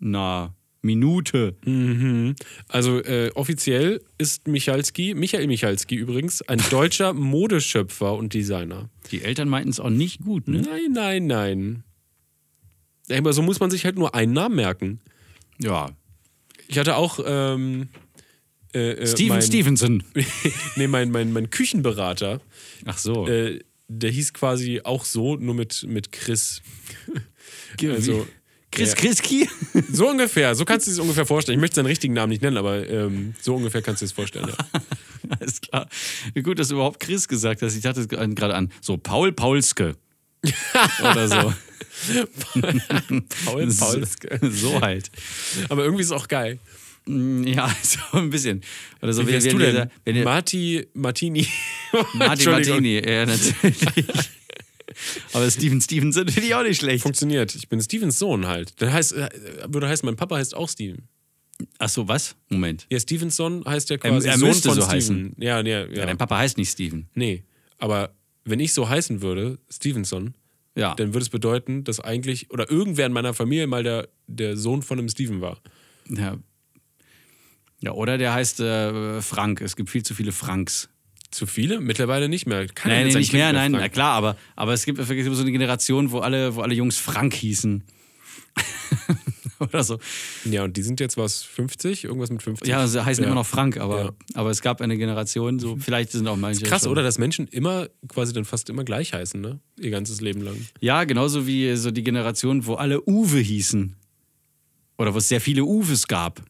B: einer Minute.
A: Hm. Also äh, offiziell ist Michalski, Michael Michalski übrigens, [laughs] ein deutscher Modeschöpfer und Designer.
B: Die Eltern meinten es auch nicht gut, ne?
A: Nein, nein, nein. Ja, Aber so muss man sich halt nur einen Namen merken.
B: Ja.
A: Äh, Ich hatte auch ähm, äh, äh,
B: Steven
A: mein,
B: Stevenson.
A: [laughs] nee, mein, mein, mein Küchenberater,
B: Ach so.
A: äh, der hieß quasi auch so, nur mit, mit Chris. also,
B: Chris
A: ja.
B: Kriski?
A: So ungefähr, so kannst du es ungefähr vorstellen. Ich möchte seinen richtigen Namen nicht nennen, aber ähm, so ungefähr kannst du es vorstellen.
B: [laughs]
A: Ja.
B: Alles klar. Gut, dass du überhaupt Chris gesagt hast. Ich dachte gerade an so Paul Paulske. Oder so.
A: [laughs]
B: [laughs]
A: Paul Paulske.
B: So halt.
A: Aber irgendwie ist es auch geil.
B: Mm, Ja, so ein bisschen. Oder so,
A: Wie wärst
B: wenn-
A: du
B: wenn
A: denn?
B: Wenn ihr,
A: Marti, Martini. [laughs]
B: Martin
A: Entschuldigung.
B: Martini, ja, natürlich. [laughs] Aber Steven Stevenson finde ich auch nicht schlecht.
A: Funktioniert. Ich bin Stevens Sohn halt. Dann heißt, äh, würde heißen, mein Papa heißt auch Steven.
B: Ach so, was? Moment.
A: Ja, Stevenson heißt ja quasi
B: er
A: Sohn
B: müsste
A: von
B: so
A: Steven.
B: heißen.
A: Ja, ja, ja.
B: Ja, dein Papa heißt nicht Steven.
A: nee, aber wenn ich so heißen würde, Stevenson,
B: Ja.
A: dann würde es bedeuten, dass eigentlich oder irgendwer in meiner Familie mal der, der Sohn von einem Steven war.
B: ja. Ja, oder der heißt äh, Frank. Es gibt viel zu viele Franks.
A: Zu viele? Mittlerweile nicht mehr. Keiner
B: Nein,
A: nennt
B: nee,
A: sein
B: nicht
A: Kind
B: mehr, nein, na
A: Frank.
B: klar, aber, aber es gibt es gibt so eine Generation, wo alle, wo alle Jungs Frank hießen. [laughs] Oder so.
A: Ja, und die sind jetzt was, 50? Irgendwas mit 50?
B: Ja, sie heißen immer noch Frank, aber,
A: Ja.
B: aber es gab eine Generation, so vielleicht sind auch manche.
A: Krass,
B: schon-
A: oder? Dass Menschen immer, quasi dann fast immer gleich heißen, ne? Ihr ganzes Leben lang.
B: Ja, genauso wie so die Generation, wo alle Uwe hießen. Oder wo es sehr viele Uves gab.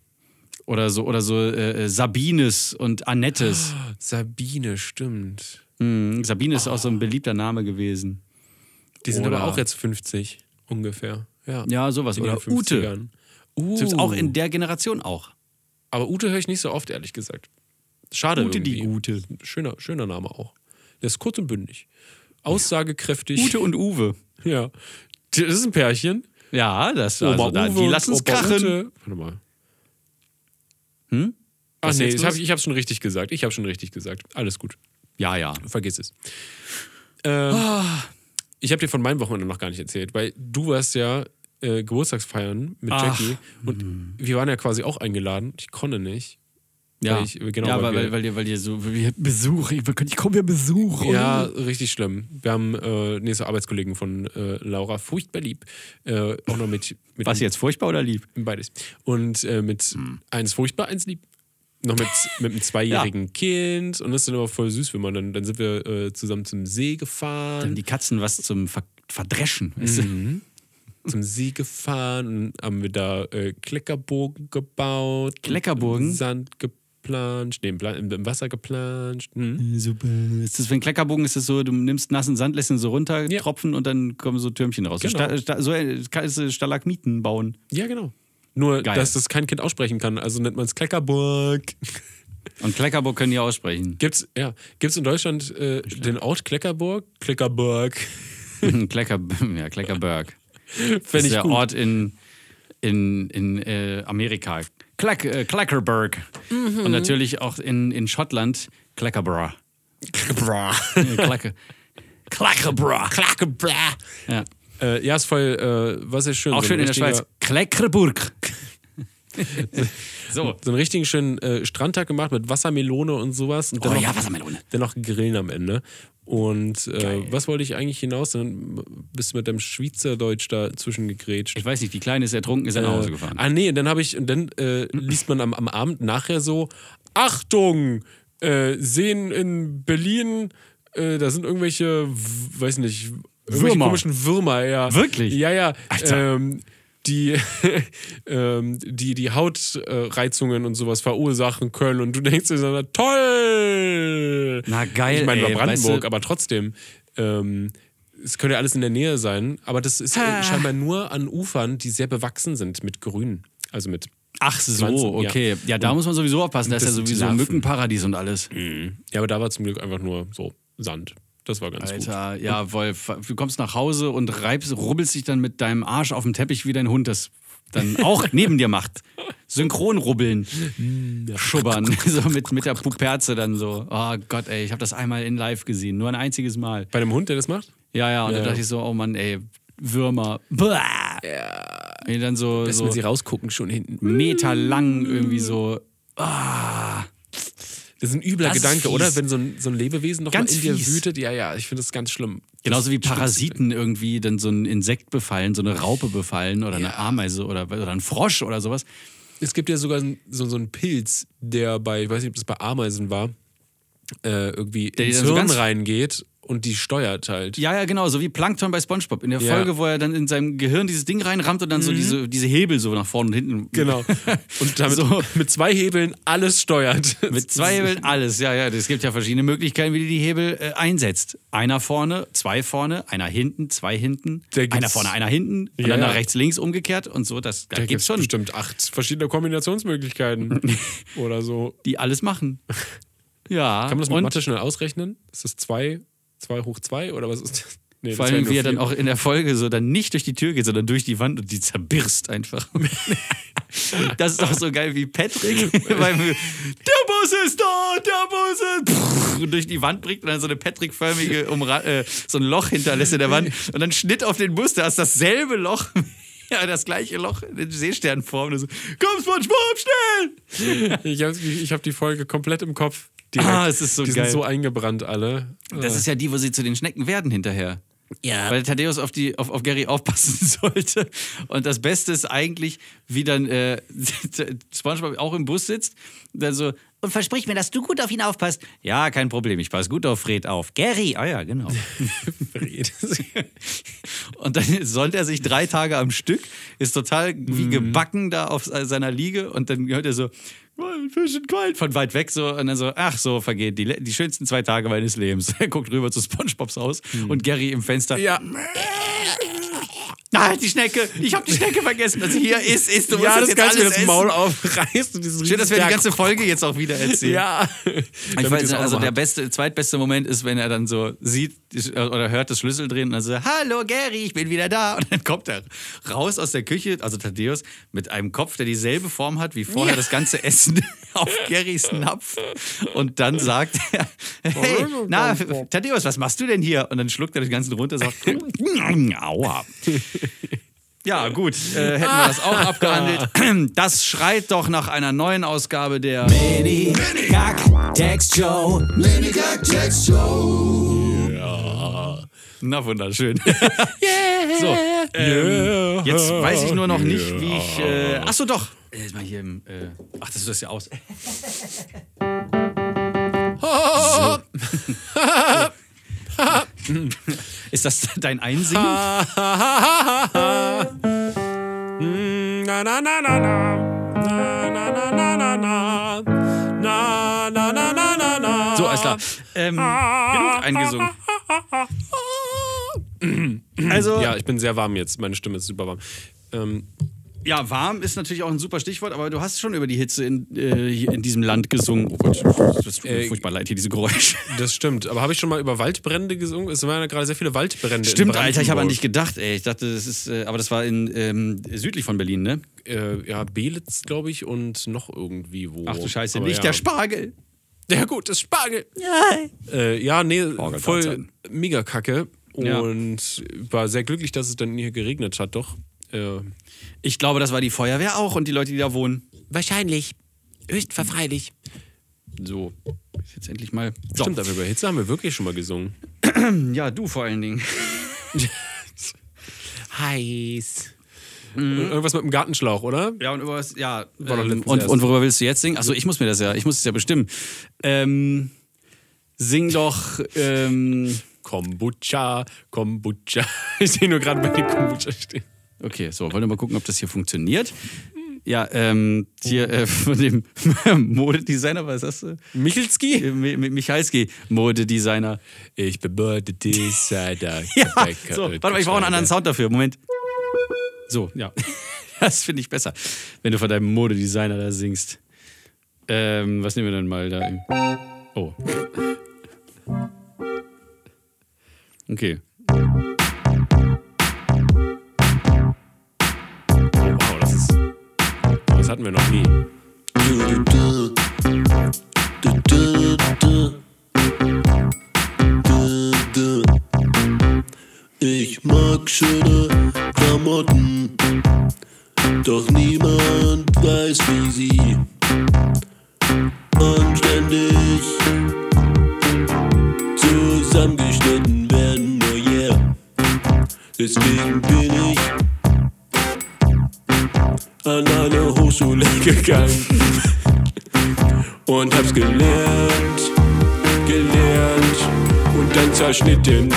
B: Oder so, oder so äh, äh, Sabines
A: [gasps]
B: und Annettes.
A: Sabine, stimmt.
B: Hm, Sabine ist auch so ein beliebter Name gewesen.
A: Die sind
B: Oder-
A: aber auch jetzt 50 ungefähr. Ja,
B: Ja, sowas.
A: in den
B: Oder Ute.
A: 50ern. Uh,
B: Gibt's auch in der Generation auch.
A: aber Ute höre ich nicht so oft, ehrlich gesagt. Schade.
B: Ute, die
A: irgendwie. Schöner, schöner Name auch. Der ist kurz und bündig. Aussagekräftig.
B: Ute und Uwe.
A: [laughs] Ja. Das ist ein Pärchen.
B: Ja, das
A: Oma
B: also da,
A: Uwe
B: die
A: und
B: lassen es
A: Opa
B: krachen.
A: Ute. Warte mal. Hm? Ach
B: Was
A: nee,
B: jetzt
A: ich, hab,
B: los?
A: ich hab's schon richtig gesagt. Ich hab's schon richtig gesagt. Alles gut.
B: Ja, ja.
A: Vergiss es. Ähm,
B: Ah.
A: Ich habe dir von meinem Wochenende noch gar nicht erzählt, weil du warst ja äh, Geburtstagsfeiern mit
B: Ach. Mhm.
A: Jackie und wir waren ja quasi auch eingeladen. Ich konnte nicht.
B: Ja,
A: Weil ich- genau,
B: ja
A: weil
B: weil, weil,
A: wir-
B: weil, ihr, weil ihr so wir Besuch, ich, ich komme ja Besuch.
A: Ja,
B: oder?
A: richtig schlimm. Wir haben äh, nächste Arbeitskollegen von äh, Laura furchtbar lieb. Äh, auch noch mit, mit
B: Was Mhm. jetzt, furchtbar oder lieb?
A: Beides. Und äh, mit eins furchtbar, eins lieb. Noch
B: [laughs]
A: mit, mit einem zweijährigen Kind. Und das ist dann aber voll süß, wenn man dann, dann sind wir äh, zusammen zum See gefahren.
B: Haben Ähm, die Katzen was zum Ver Verdreschen.
A: Mhm.
B: weißt du?
A: [laughs] zum See gefahren und haben wir da äh, Kleckerburgen gebaut.
B: Kleckerburgen?
A: Sand gebaut. geplanscht, nee, im Pla- im im Wasser geplanscht. Hm.
B: Super. Ist das, wenn Kleckerbogen ist es so, du nimmst nassen Sand, lässt ihn so runter
A: Ja.
B: tropfen und dann kommen so Türmchen raus.
A: Genau.
B: Sta sta so äh, kannst du Stalagmiten bauen.
A: Ja, genau. Nur,
B: Geil.
A: dass das kein Kind aussprechen kann. Also nennt man es Kleckerburg.
B: Und Kleckerburg können die
A: [laughs]
B: aussprechen.
A: Gibt's, ja, gibt's in Deutschland äh, den Ort Kleckerburg? Kleckerburg.
B: Klecker, ja, Kleckerberg.
A: Fände
B: ist
A: ich
B: der
A: gut.
B: Ort in, in, in äh, Amerika. Clack, äh, Clackerburg. Und natürlich auch in, in Schottland [laughs] Clackerbra. Äh, Clacker-
A: [laughs]
B: Clackerbra.
A: Kleckerbra.
B: Ja.
A: Äh, ja, ist voll, äh, was ist schön.
B: Auch
A: so ein
B: schön in der
A: richtiger-
B: Schweiz. [laughs] Kleckerburg. so.
A: So einen richtigen schönen äh, Strandtag gemacht mit Wassermelone und sowas. Und
B: Oh
A: dann noch-
B: ja, Wassermelone.
A: dann noch grillen am Ende. Und äh, was wollte ich eigentlich hinaus? Dann bist du mit deinem Schweizerdeutsch dazwischen gegrätscht.
B: Ich weiß nicht, die Kleine ist ertrunken, ist ja nach Hause gefahren.
A: Ah nee, dann habe ich und dann äh, liest man am, am Abend nachher so Achtung, äh, Seen in Berlin, äh, da sind irgendwelche, w- weiß nicht, irgendwelche
B: Würmer.
A: komischen Würmer, ja.
B: Wirklich?
A: Ja, ja.
B: Alter.
A: Ähm, die, [laughs] ähm, die die Hautreizungen und sowas verursachen können und du denkst dir so, na toll!
B: Na, geil,
A: Ich meine,
B: ey,
A: war Brandenburg,
B: weißt du-
A: aber trotzdem. Ähm, es könnte ja alles in der Nähe sein, aber das ist äh,
B: Ah.
A: scheinbar nur an Ufern, die sehr bewachsen sind mit Grün. Also mit.
B: Ach so,
A: 20, ja.
B: okay. Ja, da muss man sowieso aufpassen. Da ist ja
A: das sind die
B: sowieso
A: Larven.
B: Mückenparadies und alles.
A: Ja, aber da war zum Glück einfach nur so Sand. Das war ganz gut.
B: Alter, ja, Wolf, du kommst nach Hause und reibst, rubbelst dich dann mit deinem Arsch auf dem Teppich, wie dein Hund das dann auch
A: [laughs]
B: neben dir macht. Synchron rubbeln,
A: Mm,
B: schubbern, [laughs] so mit, mit der Puperze dann so. Oh Gott, ey, ich habe das einmal in live gesehen, nur ein einziges Mal.
A: Bei einem Hund, der das macht?
B: Ja, ja, und
A: Ja.
B: dann dachte ich so, oh Mann, ey, Würmer. Blah. Ja. Und die dann so,
A: Also
B: so
A: rausgucken, schon hinten.
B: Meter lang irgendwie so.
A: Mm. Das ist ein übler
B: Das ist
A: Gedanke,
B: fies.
A: oder? Wenn so ein, so ein Lebewesen noch
B: Ganz
A: mal in dir
B: fies.
A: wütet. Ja, ja, ich finde das ganz schlimm.
B: Genauso wie Parasiten irgendwie dann so ein Insekt befallen, so eine Raupe befallen oder eine Ameise oder, oder ein Frosch oder sowas.
A: Es gibt ja sogar so, so einen Pilz, der bei, ich weiß nicht, ob das bei Ameisen war, äh, irgendwie
B: dir
A: ins
B: dann so
A: Hirn
B: ganz-
A: reingeht und die steuert halt.
B: Ja, ja, genau, so wie Plankton bei Spongebob. In der
A: Ja. Mhm.
B: Folge, wo er dann in seinem Gehirn dieses Ding reinrammt und dann so diese, diese Hebel so nach vorne und hinten. [laughs]
A: Genau. Und [laughs] damit
B: So.
A: mit zwei Hebeln alles steuert.
B: [laughs] Mit zwei Hebeln alles, ja, ja. Es gibt ja verschiedene Möglichkeiten, wie du die Hebel äh, einsetzt. Einer vorne, zwei vorne, einer hinten, zwei hinten,
A: Da gibt's-
B: einer vorne, einer hinten, und
A: Ja,
B: dann
A: ja.
B: nach rechts, links umgekehrt und so. Das, da
A: Da
B: gibt's
A: gibt es
B: schon,
A: bestimmt acht verschiedene Kombinationsmöglichkeiten
B: [laughs]
A: oder so.
B: die
A: [laughs]
B: alles machen. Ja.
A: Kann man das mit
B: und
A: Mathe schnell ausrechnen? Ist das zwei, zwei hoch zwei oder was ist das? [laughs] Nee,
B: vor
A: das wäre
B: allem,
A: nur
B: wie er
A: vier.
B: dann auch in der Folge so dann nicht durch die Tür geht, sondern durch die Wand und die zerbirst [laughs] einfach. Das ist auch so geil wie [laughs] Patrick. beim, der Bus ist da, der Bus ist. Pff, Und durch die Wand bringt und dann so eine Patrick-förmige, Umra- äh, so ein Loch hinterlässt in der Wand. Und dann Schnitt auf den Bus, da ist dasselbe Loch. [laughs] Ja, das gleiche Loch in Seesternform. Und so, Komm, SpongeBob, schnell!
A: [laughs] Ich habe ich hab die Folge komplett im Kopf. direkt.
B: Ah, es ist so
A: die
B: geil.
A: sind so eingebrannt alle.
B: Das ist ja die, wo sie zu den Schnecken werden hinterher. Ja. Weil Thaddeus auf, die, auf, auf Gary aufpassen [laughs] sollte. Und das Beste ist eigentlich, wie dann äh, [laughs] Spongebob auch im Bus sitzt. Und dann so, und versprich mir, dass du gut auf ihn aufpasst. Ja, kein Problem, ich passe gut auf Fred auf. Gary, ah ja, genau. Und dann sonnt er sich drei Tage am Stück, ist total wie gebacken da auf seiner Liege und dann hört er so, "Ein bisschen kalt, von weit weg so und dann so, ach so, vergeht die, le- die schönsten zwei Tage meines Lebens. [laughs] Er guckt rüber zu Spongebobs Haus und Gary im Fenster.
A: [laughs] ja.
B: Ah, die Schnecke, ich habe die Schnecke vergessen. Also hier ist, ist, du musst
A: ja, das
B: jetzt
A: kannst du mir
B: alles
A: das
B: essen.
A: Maul aufreißen. Dieses
B: Schön, dass wir die
A: riesen-
B: ganze Folge jetzt auch wieder erzählen.
A: [laughs] Ja.
B: Ich
A: Damit
B: weiß
A: ihr's
B: nicht,
A: auch
B: also
A: noch
B: der
A: habt.
B: beste, zweitbeste Moment ist, wenn er dann so sieht äh, oder hört das Schlüsseldrehen und dann so, hallo Gary, ich bin wieder da. [laughs] Und dann kommt er raus aus der Küche, also Thaddeus, mit einem Kopf, der dieselbe Form hat wie vorher das ganze Essen [laughs] auf Garys Napf. Und dann sagt er, hey, na, Thaddeus, was machst du denn hier? Und dann schluckt er den ganzen runter und sagt, aua. Ja, gut, äh, hätten wir das auch abgehandelt. Das schreit doch nach einer neuen Ausgabe der
C: Mini-Kack-Text-Show. Mini-Kack-Text-Show.
B: Na, wunderschön. So,
A: Yeah.
B: jetzt weiß ich nur noch nicht, wie ich. Äh, achso, doch. Jetzt mal hier im. Äh, ach, das ist das ja aus. So. ist das [laughs] dein Einsingen?
A: Na na na na na na na na na na na
B: alles klar. Ähm, genug eingesungen. Also,
A: Ja, ich bin sehr warm jetzt. Meine Stimme ist super warm. Ähm,
B: Ja, warm ist natürlich auch ein super Stichwort, aber du hast schon über die Hitze in, äh, hier in diesem Land gesungen. Oh Gott, das tut mir
A: Äh,
B: furchtbar leid, hier diese [laughs] Geräusche.
A: das stimmt. Aber habe ich schon mal über Waldbrände gesungen? Es waren ja gerade sehr viele Waldbrände.
B: Stimmt,
A: in
B: Alter, ich habe an dich
A: Brandenburg.
B: gedacht, ey. Ich dachte, das ist, äh, aber das war in ähm, südlich von Berlin, ne?
A: Äh, ja, Belitz, glaube ich, und noch irgendwie wo.
B: Ach du Scheiße,
A: Aber
B: nicht
A: ja.
B: der Spargel.
A: Ja, gut, das Spargel. Äh, ja, nee,
B: Spargel
A: voll
B: Tarzan.
A: mega kacke.
B: Ja.
A: Und war sehr glücklich, dass es dann hier geregnet hat, doch. Äh,
B: Ich glaube, das war die Feuerwehr auch und die Leute, die da wohnen.
A: Wahrscheinlich. Höchstverfreilich. So.
B: Ist Jetzt endlich mal. So.
A: Stimmt, aber über Hitze haben wir wirklich schon mal gesungen.
B: Ja, du vor allen Dingen.
A: Heiß. Äh,
B: Mhm.
A: Irgendwas mit dem Gartenschlauch, oder?
B: Ja, und über was, ja.
A: War doch
B: Ähm,
A: letztens
B: und,
A: erst.
B: und worüber willst du jetzt singen? Achso, ich muss mir das ja, ich muss es ja bestimmen. Ähm, sing doch. Ähm,
A: Kombucha, Kombucha. [laughs] Ich sehe nur gerade bei dem Kombucha stehen.
B: Okay, so, wollen wir mal gucken, ob das hier funktioniert. Ja, ähm, hier äh, von dem [laughs] Modedesigner, was hast du?
A: Michelski?
B: Äh, Mi- Mi- Michalski, Modedesigner.
A: Ich bin Bird Designer.
B: [laughs] Ja, so, warte mal, ich brauche einen anderen Sound dafür. Moment. So, äh, ja. [laughs] Das finde ich besser, wenn du von deinem Modedesigner da singst. Ähm, was nehmen wir denn mal da? Oh. Okay.
A: Wow, Oh, das ist. Das hatten wir noch nie.
D: Ich mag schöne Klamotten, doch niemand weiß, wie sie anständig zusammengeschnitten werden. Oh yeah, deswegen bin ich an eine Hochschule [laughs] gegangen und hab's gelernt, gelernt und dann zerschnitten.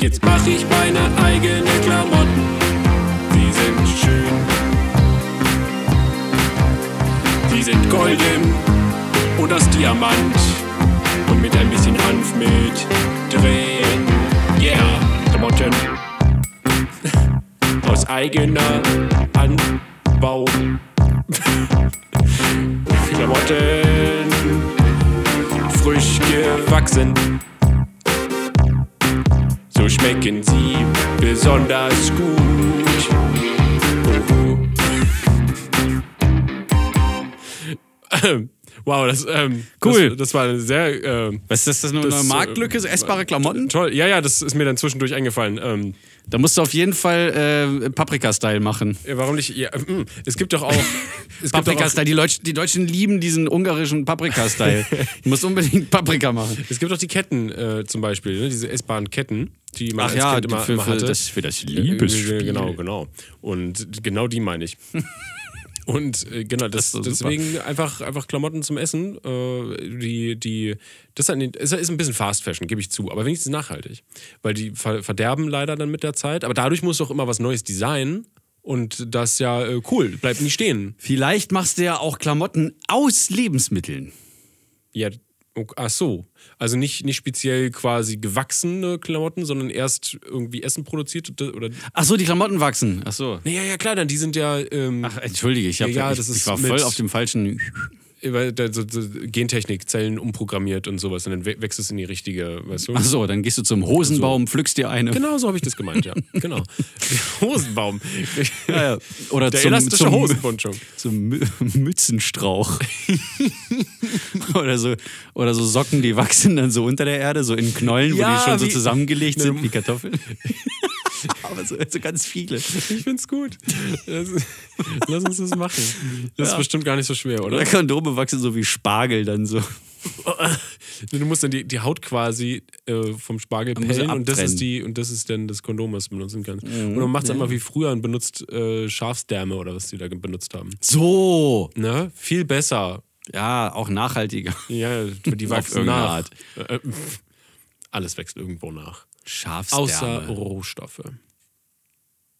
D: Jetzt mach ich meine eigenen Klamotten, die sind schön, die sind golden und aus Diamant und mit ein bisschen Hanf mit drehen. Yeah, Klamotten aus eigener
A: [laughs]
D: Anbau. Klamotten frisch gewachsen. So schmecken sie besonders gut.
A: [laughs]
D: Oh, oh. Wow, das, ähm,
B: Cool.
A: das, das war eine sehr ähm,
B: Was ist das, das nur
A: Das,
B: eine Marktlücke?
A: äh,
B: essbare Klamotten?
A: toll. Ja, ja, das ist mir dann zwischendurch eingefallen. Ähm,
B: Da musst du auf jeden Fall äh, Paprika-Style machen.
A: ja, warum nicht? Ja, mm, es gibt doch
B: [laughs]
A: auch. Es gibt doch auch
B: Paprika-Style. Die, Leut- die Deutschen lieben diesen ungarischen Paprika-Style. du musst unbedingt Paprika machen.
A: Es gibt auch die Ketten äh, zum Beispiel, ne? diese essbaren Ketten, die man als Kind immer,
B: für,
A: immer
B: für,
A: hatte.
B: das, für das
A: Äh,
B: Liebesspiel.
A: Genau, genau. Und genau die meine
B: [laughs]
A: ich. Und äh, genau, das,
B: Das ist doch super.
A: deswegen einfach, einfach Klamotten zum Essen. Äh, die, die, das ist ein- es ist ein bisschen Fast Fashion, gebe ich zu, aber wenigstens nachhaltig. Weil die ver verderben leider dann mit der Zeit. Aber dadurch muss doch immer was Neues designen. Und das ist ja äh, cool, bleibt nie stehen.
B: Vielleicht machst du ja auch Klamotten aus Lebensmitteln.
A: Ja, ok- ach so. Also nicht, nicht speziell quasi gewachsene Klamotten, sondern erst irgendwie Essen produziert oder.
B: Ach so, die Klamotten wachsen. Ach so.
A: Nee, ja, ja, klar, dann die sind ja. Ähm,
B: Ach, entschuldige, ich, hab,
A: Ja,
B: ich,
A: das
B: ich
A: ist
B: war
A: mit-
B: voll auf dem falschen.
A: weil da so, so Gentechnik, Zellen umprogrammiert und sowas. Und dann wä- wächst es in die richtige, weißt du?
B: Ach so, dann gehst du zum Hosenbaum, pflückst dir eine.
A: Genau so habe ich das gemeint, ja. Genau. Hosenbaum.
B: Ja, ja. [laughs] Oder
A: Der
B: zum,
A: elastische
B: zum,
A: Hosenponcho.
B: Zum Mü- [laughs] Mützenstrauch. oder, so, oder so Socken, die wachsen dann so unter der Erde, so in Knollen, wo
A: Ja,
B: die schon so
A: wie-
B: zusammengelegt
A: Ne-
B: sind,
A: [laughs]
B: wie Kartoffeln. Aber so, so ganz viele.
A: Ich find's gut. Das, lass uns das machen. Das ist bestimmt gar nicht so schwer, oder?
B: Oder Kondome wachsen so wie Spargel dann so.
A: Du musst dann die, die Haut quasi äh, vom Spargel
B: musst du
A: pellen und das
B: abtrennen. Mhm,
A: ist die und das ist dann das Kondom, was du benutzen kannst. Und man macht es einfach wie früher und benutzt äh, Schafsdärme oder was die da benutzt haben.
B: So.
A: Ne? Viel besser.
B: Ja, auch nachhaltiger.
A: Ja,
B: [laughs]
A: die wachsen
B: irgendeine
A: nach.
B: Art.
A: Äh, pff. alles wächst irgendwo nach.
B: Schafsdärme.
A: Außer Rohstoffe.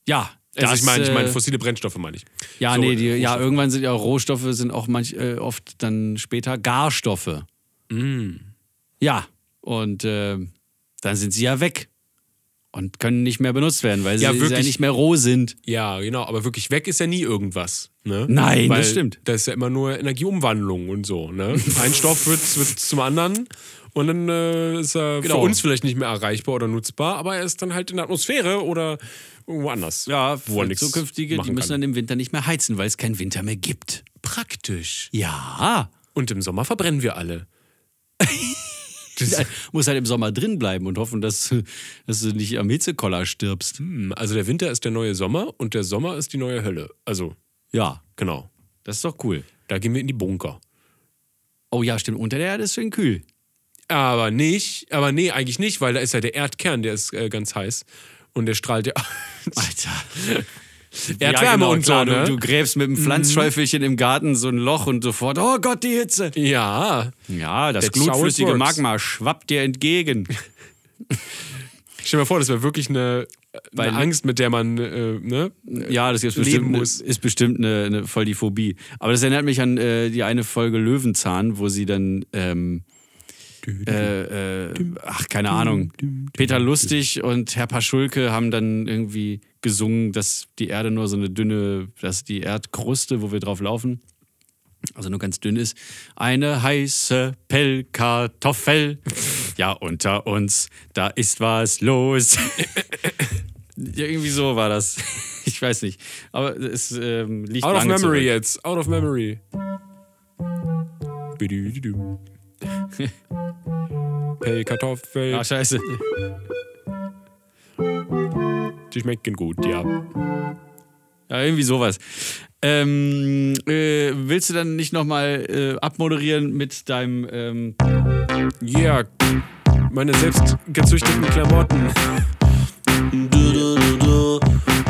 B: Ja,
A: Also
B: Das,
A: ich meine, ich meine
B: äh,
A: fossile Brennstoffe meine ich.
B: Ja,
A: So,
B: nee, die, ja,
A: Rohstoffe.
B: irgendwann sind ja auch Rohstoffe, sind auch manch, äh, oft dann später Garstoffe.
A: Mm.
B: Ja, und äh, dann sind sie ja weg und können nicht mehr benutzt werden, weil
A: Ja,
B: sie ja
A: wirklich.
B: nicht mehr roh sind.
A: Ja, genau, aber wirklich weg ist ja nie irgendwas. Ne?
B: Nein,
A: Weil
B: das stimmt.
A: Das ist ja immer nur Energieumwandlung und so. Ne? Ein Stoff wird, wird zum anderen und dann äh, ist er
B: Genau.
A: für uns vielleicht nicht mehr erreichbar oder nutzbar, aber er ist dann halt in der Atmosphäre oder irgendwo anders.
B: Ja,
A: wo er
B: für
A: nichts
B: zukünftige, die
A: machen
B: müssen
A: kann.
B: dann im Winter nicht mehr heizen, weil es keinen Winter mehr gibt.
A: praktisch.
B: Ja,
A: Und im Sommer verbrennen wir alle.
B: Ja, [laughs] muss halt im Sommer drin bleiben und hoffen, dass, dass du nicht am Hitzekoller stirbst.
A: Hm, Also der Winter ist der neue Sommer und der Sommer ist die neue Hölle. Also,
B: Ja,
A: genau.
B: das ist doch cool.
A: Da gehen wir in die Bunker.
B: Oh ja, stimmt, unter der Erde ist schön kühl.
A: Aber nicht, aber nee, eigentlich nicht, weil da ist ja der Erdkern, der ist äh, ganz heiß. Und der strahlt ja. [laughs]
B: Alter.
A: Erdwärme und so,
B: genau, klar,
A: ne?
B: du, du gräbst mit einem Pflanzschäufelchen im Garten so ein Loch und sofort, oh Gott, die Hitze.
A: ja.
B: Ja, das
A: That's how it
B: glutflüssige
A: works.
B: Magma schwappt
A: [laughs]
B: dir entgegen.
A: Stell dir mal vor, das wäre wirklich eine,
B: Weil-
A: eine Angst, mit der man, äh, ne?
B: Ja, das gibt's
A: Leben
B: bestimmt, ne-
A: muss.
B: ist bestimmt eine, eine voll die Phobie. Aber das erinnert mich an äh, die eine Folge Löwenzahn, wo sie dann ähm, äh, äh, ach keine Ahnung, Peter Lustig und Herr Paschulke haben dann irgendwie gesungen, dass die Erde nur so eine dünne, dass die Erdkruste, wo wir drauf laufen, also nur ganz dünn ist, eine heiße Pellkartoffel. Ja, unter uns, da ist was los. Ja, irgendwie so war das. [laughs] Ich weiß nicht. Aber es ähm, liegt
A: Out of
B: lange
A: memory
B: zurück.
A: jetzt. Out of memory.
B: [laughs]
A: Bidüdüdüm. Pellkartoffel,
B: Ah, scheiße.
A: die schmecken gut, ja.
B: Ja, irgendwie sowas. Ähm, äh, willst du dann nicht nochmal äh, abmoderieren mit deinem... Ähm,
A: Ja, meine selbst gezüchteten Klamotten.
E: Du-du-du-du,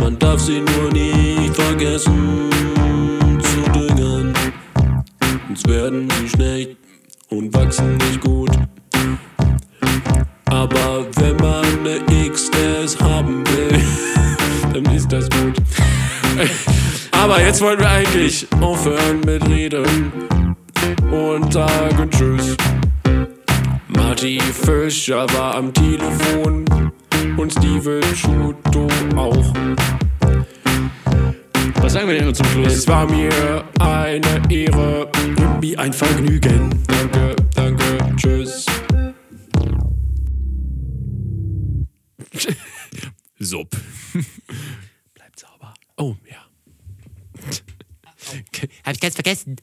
E: Man darf sie nur nicht vergessen zu düngen. Sonst werden sie schlecht und wachsen nicht gut. Aber wenn man eine XS haben will, [laughs] dann ist das gut. Aber jetzt wollen wir eigentlich aufhören mit Reden und sagen Tschüss. Marty Fischer war am Telefon und Steven Schuto auch.
B: was sagen wir denn nun zum Schluss?
E: Es war mir eine Ehre und wie ein Vergnügen. Danke, danke, tschüss.
A: Sub.
B: Bleibt sauber.
A: Oh, ja.
F: [laughs] Hab ich ganz vergessen.